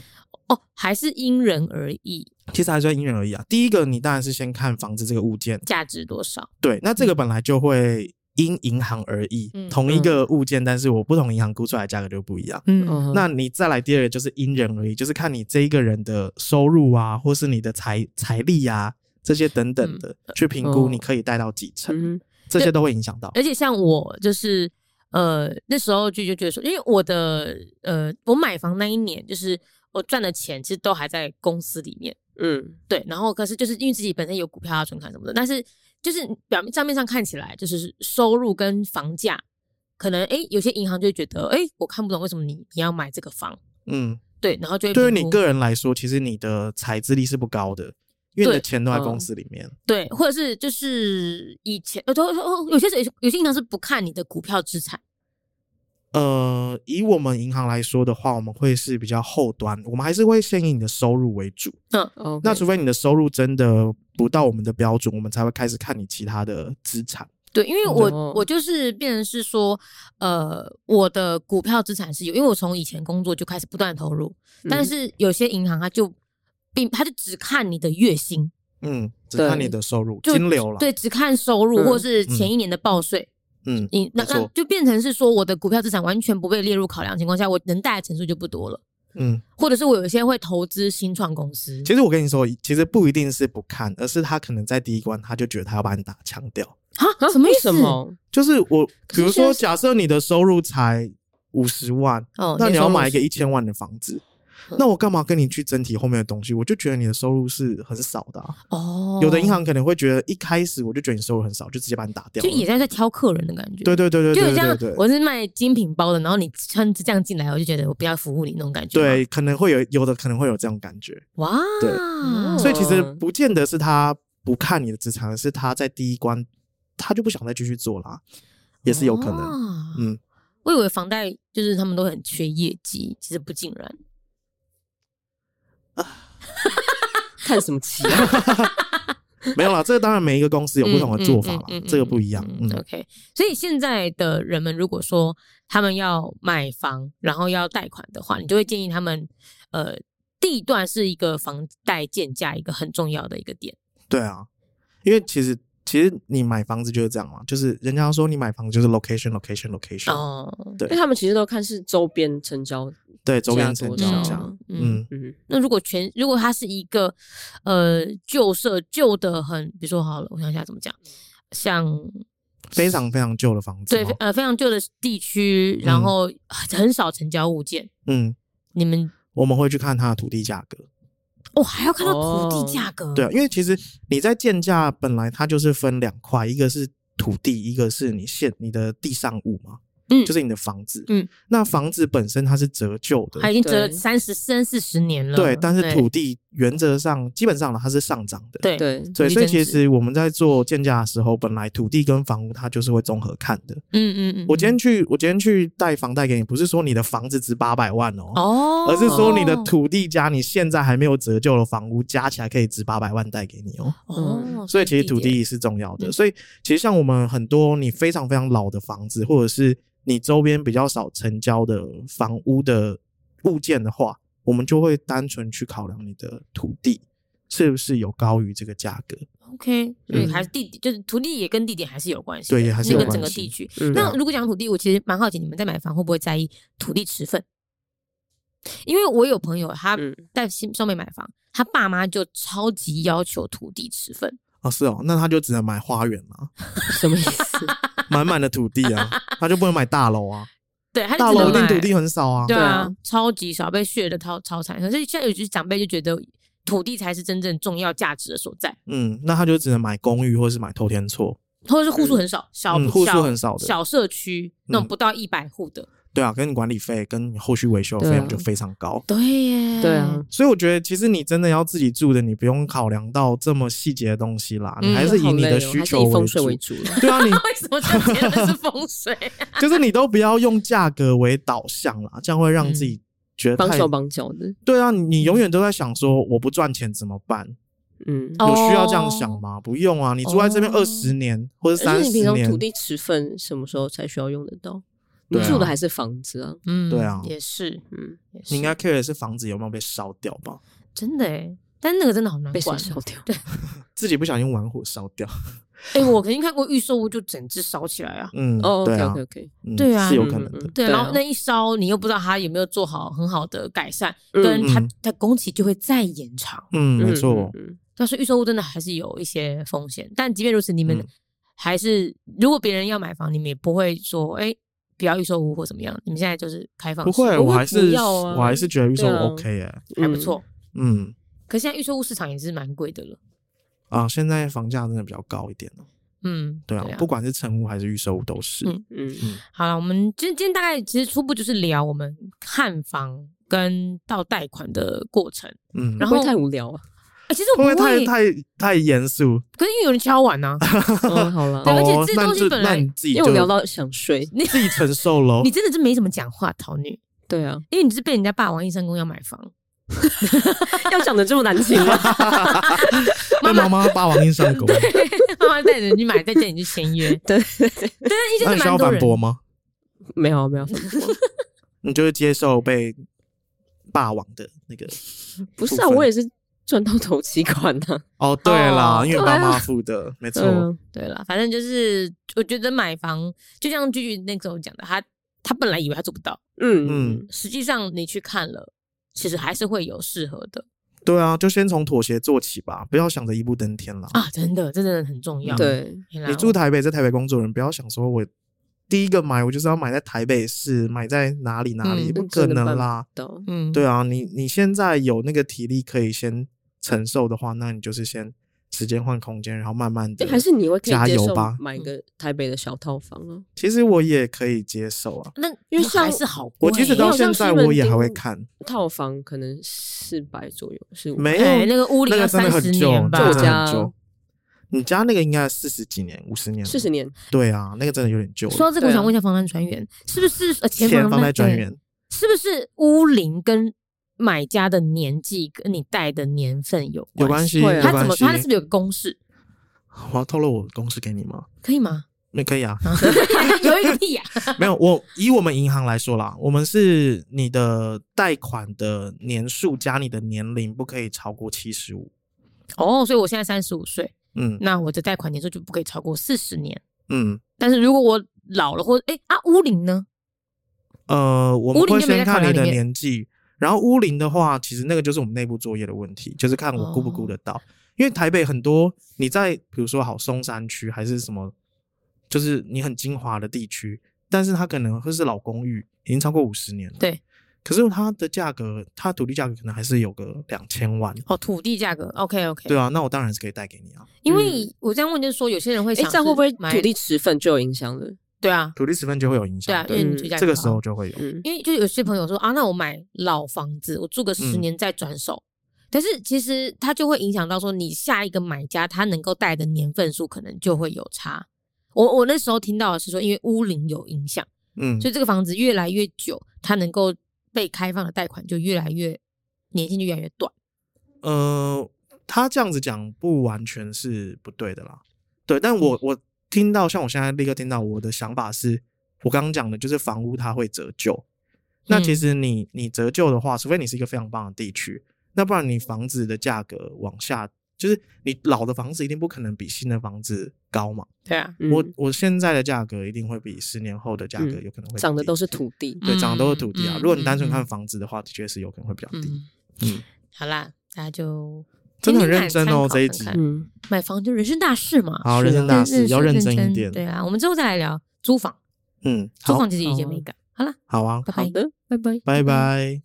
Speaker 1: 哦，还是因人而异，
Speaker 2: 其实还是要因人而异啊。第一个，你当然是先看房子这个物件，
Speaker 1: 价值多少？
Speaker 2: 对，那这个本来就会因银行而异，
Speaker 1: 嗯
Speaker 2: 同一个物件，但是我不同银行估出来的价格就不一样。
Speaker 1: 嗯，
Speaker 3: 嗯。
Speaker 2: 那你再来第二个就是因人而异，就是看你这一个人的收入啊，或是你的财财力啊这些等等的、
Speaker 1: 嗯
Speaker 2: 去评估，
Speaker 3: 哦
Speaker 2: 你可以贷到几成，
Speaker 3: 嗯
Speaker 2: 这些都会影响到。
Speaker 1: 而且像我就是呃那时候就就觉得说，因为我的呃我买房那一年，就是我赚的钱其实都还在公司里面，
Speaker 3: 嗯，
Speaker 1: 对，然后可是就是因为自己本身有股票啊、存款什么的，但是就是表面账面上看起来，就是收入跟房价，可能诶有些银行就会觉得诶我看不懂为什么你你要买这个房，
Speaker 2: 嗯，
Speaker 1: 对，然后就会
Speaker 2: 对于
Speaker 1: 评
Speaker 2: 你
Speaker 1: 估
Speaker 2: 个人来说，其实你的财资力是不高的，因为你的
Speaker 1: 对
Speaker 2: 钱都在公
Speaker 1: 嗯
Speaker 2: 司里面。
Speaker 1: 对，或者是就是以前呃，都都有些有些有些银行是不看你的股票资产，
Speaker 2: 呃，以我们银行来说的话，我们会是比较后端，我们还是会先以你的收入为主。
Speaker 3: 哦，
Speaker 2: 那除非你的收入真的不到我们的标准，我们才会开始看你其他的资产。
Speaker 1: 对，因为我、
Speaker 3: 哦
Speaker 1: 我就是变成是说，呃，我的股票资产是有，因为我从以前工作就开始不断地投入，
Speaker 2: 嗯
Speaker 3: 嗯
Speaker 1: 但是有些银行它就并它就只看你的月薪，
Speaker 2: 嗯，只
Speaker 3: 对
Speaker 2: 看你的收入
Speaker 1: 就
Speaker 2: 金流了。，
Speaker 1: 对，只看收入
Speaker 3: 嗯
Speaker 1: 或是前一年的报税，
Speaker 2: 嗯，
Speaker 1: 你那
Speaker 2: 没错
Speaker 1: 那就变成是说，我的股票资产完全不被列入考量的情况下，我能贷的层数就不多了，
Speaker 2: 嗯，
Speaker 1: 或者是我有一些会投资新创公司，
Speaker 2: 其实我跟你说，其实不一定是不看，而是他可能在第一关他就觉得他要把你打枪掉。
Speaker 1: 啊，
Speaker 3: 啊
Speaker 1: 什么意
Speaker 3: 为
Speaker 1: 思？
Speaker 3: 什么？
Speaker 2: 就是我，
Speaker 1: 可
Speaker 2: 比如
Speaker 1: 是现
Speaker 2: 说，
Speaker 1: 在
Speaker 2: 假设你的收入才五十万，
Speaker 1: 哦，
Speaker 2: 那你要买一
Speaker 1: 个
Speaker 2: 个一千万的房子，
Speaker 1: 嗯
Speaker 2: 那我干嘛跟你去争提后面的东西？我就觉得你的收入是很少的、啊。
Speaker 1: 哦，
Speaker 2: 有的银行可能会觉得一开始我就觉得你收入很少，就直接把你打掉
Speaker 1: 就
Speaker 2: 了。
Speaker 1: 也在在挑客人的感觉，
Speaker 2: 对对对对
Speaker 1: 就
Speaker 2: 对
Speaker 1: 很像
Speaker 2: 对对对。
Speaker 1: 我是卖精品包的，然后你穿这样进来，我就觉得我不要服务你那种感觉。，
Speaker 2: 对，可能会有有的可能会有这种感觉，
Speaker 1: 哇，
Speaker 2: 对
Speaker 3: 嗯
Speaker 2: 所以其实
Speaker 3: 哦
Speaker 2: 不见得是他不看你的资产，而是他在第一关他就不想再继续做啦，也是有可能。
Speaker 1: 能
Speaker 2: 嗯，
Speaker 1: 我以为房贷就是他们都很缺业绩，其实不尽然。
Speaker 3: 看什么棋啊？
Speaker 2: 没有啦，这个当然每一个公司有不同的做法啦，
Speaker 1: 嗯嗯嗯嗯
Speaker 2: 这个不一样。
Speaker 1: 嗯
Speaker 2: 嗯，
Speaker 1: OK，所以现在的人们如果说他们要买房，然后要贷款的话，你就会建议他们，呃，地段是一个房贷建价一个很重要的一个点。
Speaker 2: 对啊，因为其实其实你买房子就是这样嘛，就是人家说你买房子就是 location location location，、
Speaker 1: 哦，
Speaker 3: 因为他们其实都看是周边成交，
Speaker 2: 对，周边
Speaker 3: 价
Speaker 2: 成
Speaker 3: 多
Speaker 2: 交
Speaker 3: 少
Speaker 2: 这样。嗯，
Speaker 3: 嗯，
Speaker 1: 那如果全如果它是一个呃旧社旧的很，比如说好了，我想一下怎么讲，像
Speaker 2: 非常非常旧的房子
Speaker 1: 对
Speaker 2: 嘛。
Speaker 1: 呃非常旧的地区，然
Speaker 2: 嗯
Speaker 1: 后很少成交物件，
Speaker 2: 嗯，
Speaker 1: 你们
Speaker 2: 我们会去看它的土地价格。
Speaker 1: 哦还要看到土
Speaker 3: 哦
Speaker 1: 地价格，
Speaker 2: 对啊，因为其实你在建价本来它就是分两块，一个是土地，一个是你现你的地上物嘛，
Speaker 1: 嗯
Speaker 2: 就是你的房子。
Speaker 1: 嗯，
Speaker 2: 那房子本身它是折旧的
Speaker 1: 它，已经折了
Speaker 3: 对
Speaker 1: 三十三四十年了，
Speaker 2: 对，但是土地原则上基本上呢它是上涨的。
Speaker 1: 对
Speaker 3: 对，
Speaker 1: 土
Speaker 2: 对，
Speaker 1: 地
Speaker 2: 所以
Speaker 1: 增
Speaker 2: 其
Speaker 1: 值
Speaker 2: 实我们在做建价的时候，本来土地跟房屋它就是会综合看的。
Speaker 1: 嗯嗯嗯，
Speaker 2: 我今天去，我今天去贷房贷给你，不是说你的房子值八百万哦，
Speaker 1: 哦，
Speaker 2: 而是说你的土地加你现在还没有折旧的房屋加起来可以值八百万贷给你哦。
Speaker 3: 嗯
Speaker 1: 哦，
Speaker 2: 所以其实土
Speaker 1: 点
Speaker 2: 地是重要的。
Speaker 1: 嗯
Speaker 2: 所以其实像我们很多你非常非常老的房子，或者是你周边比较少成交的房屋的物件的话，我们就会单纯去考量你的土地是不是有高于这个价格。
Speaker 1: OK，所以
Speaker 3: 嗯
Speaker 1: 还是地就是土地也跟地点还是有关系的，
Speaker 2: 对也还是
Speaker 1: 那
Speaker 2: 有
Speaker 1: 跟
Speaker 2: 关
Speaker 1: 整个
Speaker 2: 系啊
Speaker 1: 地区
Speaker 3: 嗯
Speaker 1: 那如果讲土地，我其实蛮好奇你们在买房会不会在意土地持份？因为我有朋友他
Speaker 3: 嗯
Speaker 1: 在新双北买房，他爸妈就超级要求土地持份，
Speaker 2: 哦，是哦，那他就只能买花园啦，
Speaker 3: 什么意思？
Speaker 2: 满满的土地 啊，他就不能买大楼啊，
Speaker 1: 对，他就
Speaker 2: 大
Speaker 1: 只能
Speaker 2: 楼一定
Speaker 1: 买
Speaker 2: 土地很少啊。
Speaker 1: 对
Speaker 3: 对
Speaker 1: 啊
Speaker 3: 啊，
Speaker 1: 超级少被削的超超惨。可是现在有些长辈就觉得土地才是真正重要价值的所在，
Speaker 2: 嗯，那他就只能买公寓或是买透天厝。
Speaker 1: 或者是户数很少，小
Speaker 2: 嗯户数
Speaker 1: 小
Speaker 2: 很少的
Speaker 1: 小社区那种
Speaker 2: 嗯
Speaker 1: 不到一百户的，
Speaker 2: 对啊，跟你管理费跟你后续维修的费
Speaker 3: 对啊
Speaker 2: 用就非常高。
Speaker 1: 对耶，
Speaker 3: 对啊，
Speaker 2: 所以我觉得，其实你真的要自己住的，你不用考量到这么细节的东西啦，
Speaker 1: 嗯
Speaker 2: 你还是以
Speaker 3: 好
Speaker 2: 你
Speaker 3: 累
Speaker 2: 的
Speaker 3: 哦
Speaker 2: 需
Speaker 3: 还是
Speaker 2: 求
Speaker 3: 以
Speaker 2: 为
Speaker 3: 风水
Speaker 2: 主。
Speaker 3: 为主了。
Speaker 2: 对啊，你
Speaker 1: 为什么就觉得是风水？
Speaker 2: 就是你都不要用价格为导向啦，这样会让自己觉得
Speaker 3: 帮
Speaker 2: 太
Speaker 3: 嗯手嗯帮脚的，
Speaker 2: 对啊，你你永远都在想说我不赚钱怎么办？
Speaker 3: 嗯，
Speaker 1: 哦
Speaker 2: 有需要这样想吗？不用啊，你住在这边
Speaker 1: 哦
Speaker 2: 二十年或者
Speaker 3: 而
Speaker 2: 三十
Speaker 3: 且你平常
Speaker 2: 年
Speaker 3: 土，地持份什么时候才需要用得到？你
Speaker 2: 对啊
Speaker 3: 住的还是房子啊？
Speaker 1: 嗯
Speaker 2: 对啊
Speaker 1: 也是，
Speaker 3: 嗯，
Speaker 1: 也是
Speaker 2: 你应该 care 的是房子有没有被烧掉吧？
Speaker 1: 真的哎，但那个真的好难
Speaker 3: 被谁
Speaker 1: 管。哦
Speaker 3: 烧掉？
Speaker 2: 自己不小心玩火烧掉，
Speaker 1: 哎、我曾经看过预售屋，就整只烧起来啊。
Speaker 2: 嗯，
Speaker 3: 哦
Speaker 2: 对
Speaker 3: ，OK
Speaker 2: 啊
Speaker 3: OK，OK，
Speaker 2: 嗯
Speaker 1: 对啊
Speaker 2: 是有可能的
Speaker 3: 嗯。
Speaker 1: 对，
Speaker 3: 对啊
Speaker 1: 然后那一烧，你又不知道它有没有做好很好的改善，
Speaker 3: 嗯
Speaker 1: 跟它
Speaker 2: 嗯
Speaker 1: 它工期就会再延长。
Speaker 2: 嗯，没错，
Speaker 3: 嗯，嗯
Speaker 1: 但是预售屋真的还是有一些风险，但即便如此，你们
Speaker 2: 嗯
Speaker 1: 还是、如果别人要买房，你们也不会说哎、不要预售屋或怎么样。你们现在就是开放
Speaker 2: 不
Speaker 1: 式，
Speaker 2: 会，
Speaker 3: 不会
Speaker 2: 我还是
Speaker 3: 不要啊
Speaker 2: 我还是觉得预售
Speaker 3: 对啊
Speaker 2: OK 哎，
Speaker 1: 还不错。
Speaker 2: 嗯
Speaker 1: 可现在预售屋市场也是蛮贵的了。
Speaker 2: 啊，现在房价真的比较高一点了。
Speaker 1: 嗯，
Speaker 2: 对啊，不管是成屋还是预售屋都是。
Speaker 1: 嗯
Speaker 3: 嗯，
Speaker 1: 好了，我们今今天大概其实初步就是聊我们看房跟到贷款的过程。
Speaker 2: 嗯，
Speaker 1: 然
Speaker 3: 然
Speaker 1: 后
Speaker 3: 后太无聊啊。
Speaker 1: 哎、其实我
Speaker 2: 会不会
Speaker 1: 不
Speaker 2: 太太太严肃？
Speaker 1: 可是因为有人敲碗啊 呐、
Speaker 3: 嗯，好了，
Speaker 1: 对而且
Speaker 2: 哦
Speaker 1: 这
Speaker 2: 那
Speaker 1: 东西
Speaker 2: 就
Speaker 1: 本
Speaker 2: 那
Speaker 1: 来
Speaker 2: 你自己
Speaker 3: 因为我
Speaker 2: 就
Speaker 3: 聊到想睡，
Speaker 2: 自己承受喽
Speaker 1: 你。真的是没怎么讲话，桃女，
Speaker 3: 对啊，
Speaker 1: 因为你是被人家霸王硬上弓要买房，
Speaker 3: 要讲的这么难听吗？
Speaker 2: 被妈妈霸王硬上弓，
Speaker 1: 妈妈带着你去买，再带你去签约，
Speaker 3: 对 对对，
Speaker 1: 但是
Speaker 2: 那
Speaker 1: 真的
Speaker 2: 你需
Speaker 1: 蛮
Speaker 2: 要
Speaker 1: 多
Speaker 2: 反
Speaker 1: 人。
Speaker 2: 驳吗？
Speaker 3: 没有没有，
Speaker 2: 你就会接受被霸王的那个？
Speaker 3: 不是啊，
Speaker 2: 部分
Speaker 3: 我也是赚到头期款啊呐。
Speaker 2: 哦，对啦，
Speaker 1: 哦
Speaker 2: 因为爸妈付的， 没
Speaker 3: 对
Speaker 2: 错。
Speaker 3: 啊
Speaker 1: 对了，反正就是我觉得买房就像句句那时候讲的，他他本来以为他做不到，
Speaker 3: 嗯
Speaker 2: 嗯，
Speaker 1: 实际上你去看了，其实还是会有适合的
Speaker 2: 对啊，就先从妥协做起吧，不要想着一步登天啦。
Speaker 1: 啊，真的，这真的很重要。
Speaker 3: 对，
Speaker 1: 嘿啦，
Speaker 2: 你住台北，在台北工作人，不要想说我第一个买，我就是要买在台北市，买在哪里哪里，
Speaker 1: 嗯
Speaker 2: 不可能啦。
Speaker 3: 懂。
Speaker 1: 嗯，
Speaker 2: 对啊，你你现在有那个体力可以先承受的话，那你就是先时间换空间，然后慢慢的。
Speaker 3: 还是你会可
Speaker 2: 加
Speaker 3: 以接
Speaker 2: 油
Speaker 3: 受
Speaker 2: 吧
Speaker 3: 买个台北的小套房啊？
Speaker 2: 其实我也可以接受啊，
Speaker 1: 那
Speaker 3: 因为像
Speaker 1: 还是好贵
Speaker 2: 我
Speaker 1: 耶，
Speaker 2: 即使
Speaker 3: 没
Speaker 2: 到
Speaker 3: 有像
Speaker 2: 现在
Speaker 3: 西门
Speaker 2: 我也还会
Speaker 3: 町
Speaker 2: 看，
Speaker 3: 套房可能四百左右，是
Speaker 2: 没有、
Speaker 1: 哎那个屋里
Speaker 2: 那
Speaker 1: 要
Speaker 2: 个真
Speaker 1: 三
Speaker 2: 的
Speaker 1: 十
Speaker 2: 很旧，
Speaker 1: 年吧
Speaker 2: 那，个
Speaker 3: 旧
Speaker 2: 真的
Speaker 3: 家
Speaker 2: 很旧。你家那个应该四十几年、五十年，
Speaker 3: 四十。年。
Speaker 2: 对啊，那个真的有点旧了。
Speaker 1: 说到这个，
Speaker 3: 对啊
Speaker 1: 我想问一下房产专员，是不是呃前
Speaker 2: 前
Speaker 1: 房
Speaker 2: 房贷专
Speaker 1: 对
Speaker 2: 员，
Speaker 1: 是不是屋龄跟买家的年纪跟你贷的年份有
Speaker 2: 有
Speaker 1: 关
Speaker 2: 关系，
Speaker 3: 会啊
Speaker 2: 有
Speaker 1: 他怎
Speaker 2: 关
Speaker 1: 么
Speaker 2: 系
Speaker 1: 说？他。是不是有个公式？
Speaker 2: 我要透露我的公式给你吗？
Speaker 1: 可以吗？
Speaker 2: 那可以啊，
Speaker 1: 有一个屁呀、
Speaker 2: 没有我以我们银行来说啦，我们是你的贷款的年数加你的年龄不可以超过七十五。
Speaker 1: 哦，所以我现在三十五岁，
Speaker 2: 嗯
Speaker 1: 那我的贷款年数就不可以超过四十年。
Speaker 2: 嗯
Speaker 1: 但是如果我老了或哎、啊屋龄呢？
Speaker 2: 呃，我
Speaker 1: 屋
Speaker 2: 们
Speaker 1: 龄
Speaker 2: 会
Speaker 1: 就没在
Speaker 2: 先
Speaker 1: 考
Speaker 2: 看你
Speaker 1: 量
Speaker 2: 的
Speaker 1: 里面
Speaker 2: 年纪，然后屋龄的话，其实那个就是我们内部作业的问题，就是看我估不估得
Speaker 1: 哦
Speaker 2: 到。因为台北很多，你在比如说好松山区还是什么，就是你很精华的地区，但是它可能会是老公寓，已经超过五十年了。
Speaker 1: 对。
Speaker 2: 可是它的价格，它土地价格可能还是有个两千万，
Speaker 1: 哦，土地价格 OK OK，
Speaker 2: 对啊，那我当然是可以带给你啊。
Speaker 1: 因为我这样问就是说，有些人会
Speaker 3: 哎，
Speaker 1: 想
Speaker 3: 这
Speaker 1: 是买，
Speaker 3: 样会不会土地持份就有影响了？
Speaker 1: 对啊
Speaker 2: 土地十分就会有影
Speaker 1: 对啊因
Speaker 2: 响，，对，
Speaker 1: 为你
Speaker 3: 嗯
Speaker 1: 土地价格
Speaker 2: 这个
Speaker 1: 高
Speaker 2: 时候就会有，
Speaker 3: 嗯，
Speaker 1: 因为就有些朋友说啊，那我买老房子，我住个十
Speaker 2: 嗯
Speaker 1: 年再转手。但是其实它就会影响到说，你下一个买家他能够贷的年份数可能就会有差。我我那时候听到的是说，因为屋龄有影响，
Speaker 2: 嗯，
Speaker 1: 所以这个房子越来越久，它能够被开放的贷款就越来越年限就越来越短。
Speaker 2: 呃，他这样子讲不完全是不对的啦。对，但我我听到，像我现在立刻听到我的想法是，我刚刚讲的就是房屋它会折旧。那其
Speaker 1: 嗯
Speaker 2: 实你你折旧的话，除非你是一个非常棒的地区，那不然你房子的价格往下，就是你老的房子一定不可能比新的房子高嘛。
Speaker 1: 对啊，
Speaker 3: 嗯
Speaker 2: 我我现在的价格一定会比十年后的价格
Speaker 3: 嗯
Speaker 2: 有可能会
Speaker 3: 涨的
Speaker 2: 低
Speaker 3: 都是土地。
Speaker 2: 对，涨的都是土地啊。
Speaker 1: 嗯
Speaker 2: 如果你单纯
Speaker 1: 嗯
Speaker 2: 看
Speaker 1: 嗯
Speaker 2: 房子的话，的确是有可能会比较低。
Speaker 1: 嗯，
Speaker 2: 嗯，
Speaker 1: 好啦，大家就
Speaker 2: 真的
Speaker 1: 听听
Speaker 2: 很认
Speaker 1: 看
Speaker 2: 真
Speaker 1: 参
Speaker 2: 哦
Speaker 1: 考
Speaker 2: 这一
Speaker 1: 看
Speaker 2: 集
Speaker 1: 看
Speaker 3: 嗯，
Speaker 1: 买房就人生大事嘛，
Speaker 2: 好，
Speaker 3: 是啊
Speaker 2: 人
Speaker 3: 的
Speaker 2: 生大事要认真一点。
Speaker 1: 对啊，我们之后再来聊租房，
Speaker 2: 嗯，
Speaker 1: 租
Speaker 2: 好啊
Speaker 1: 房，其实有一些美感。好啦，
Speaker 2: 好啊，
Speaker 1: 拜拜
Speaker 3: 好。的，拜拜。
Speaker 2: 拜拜。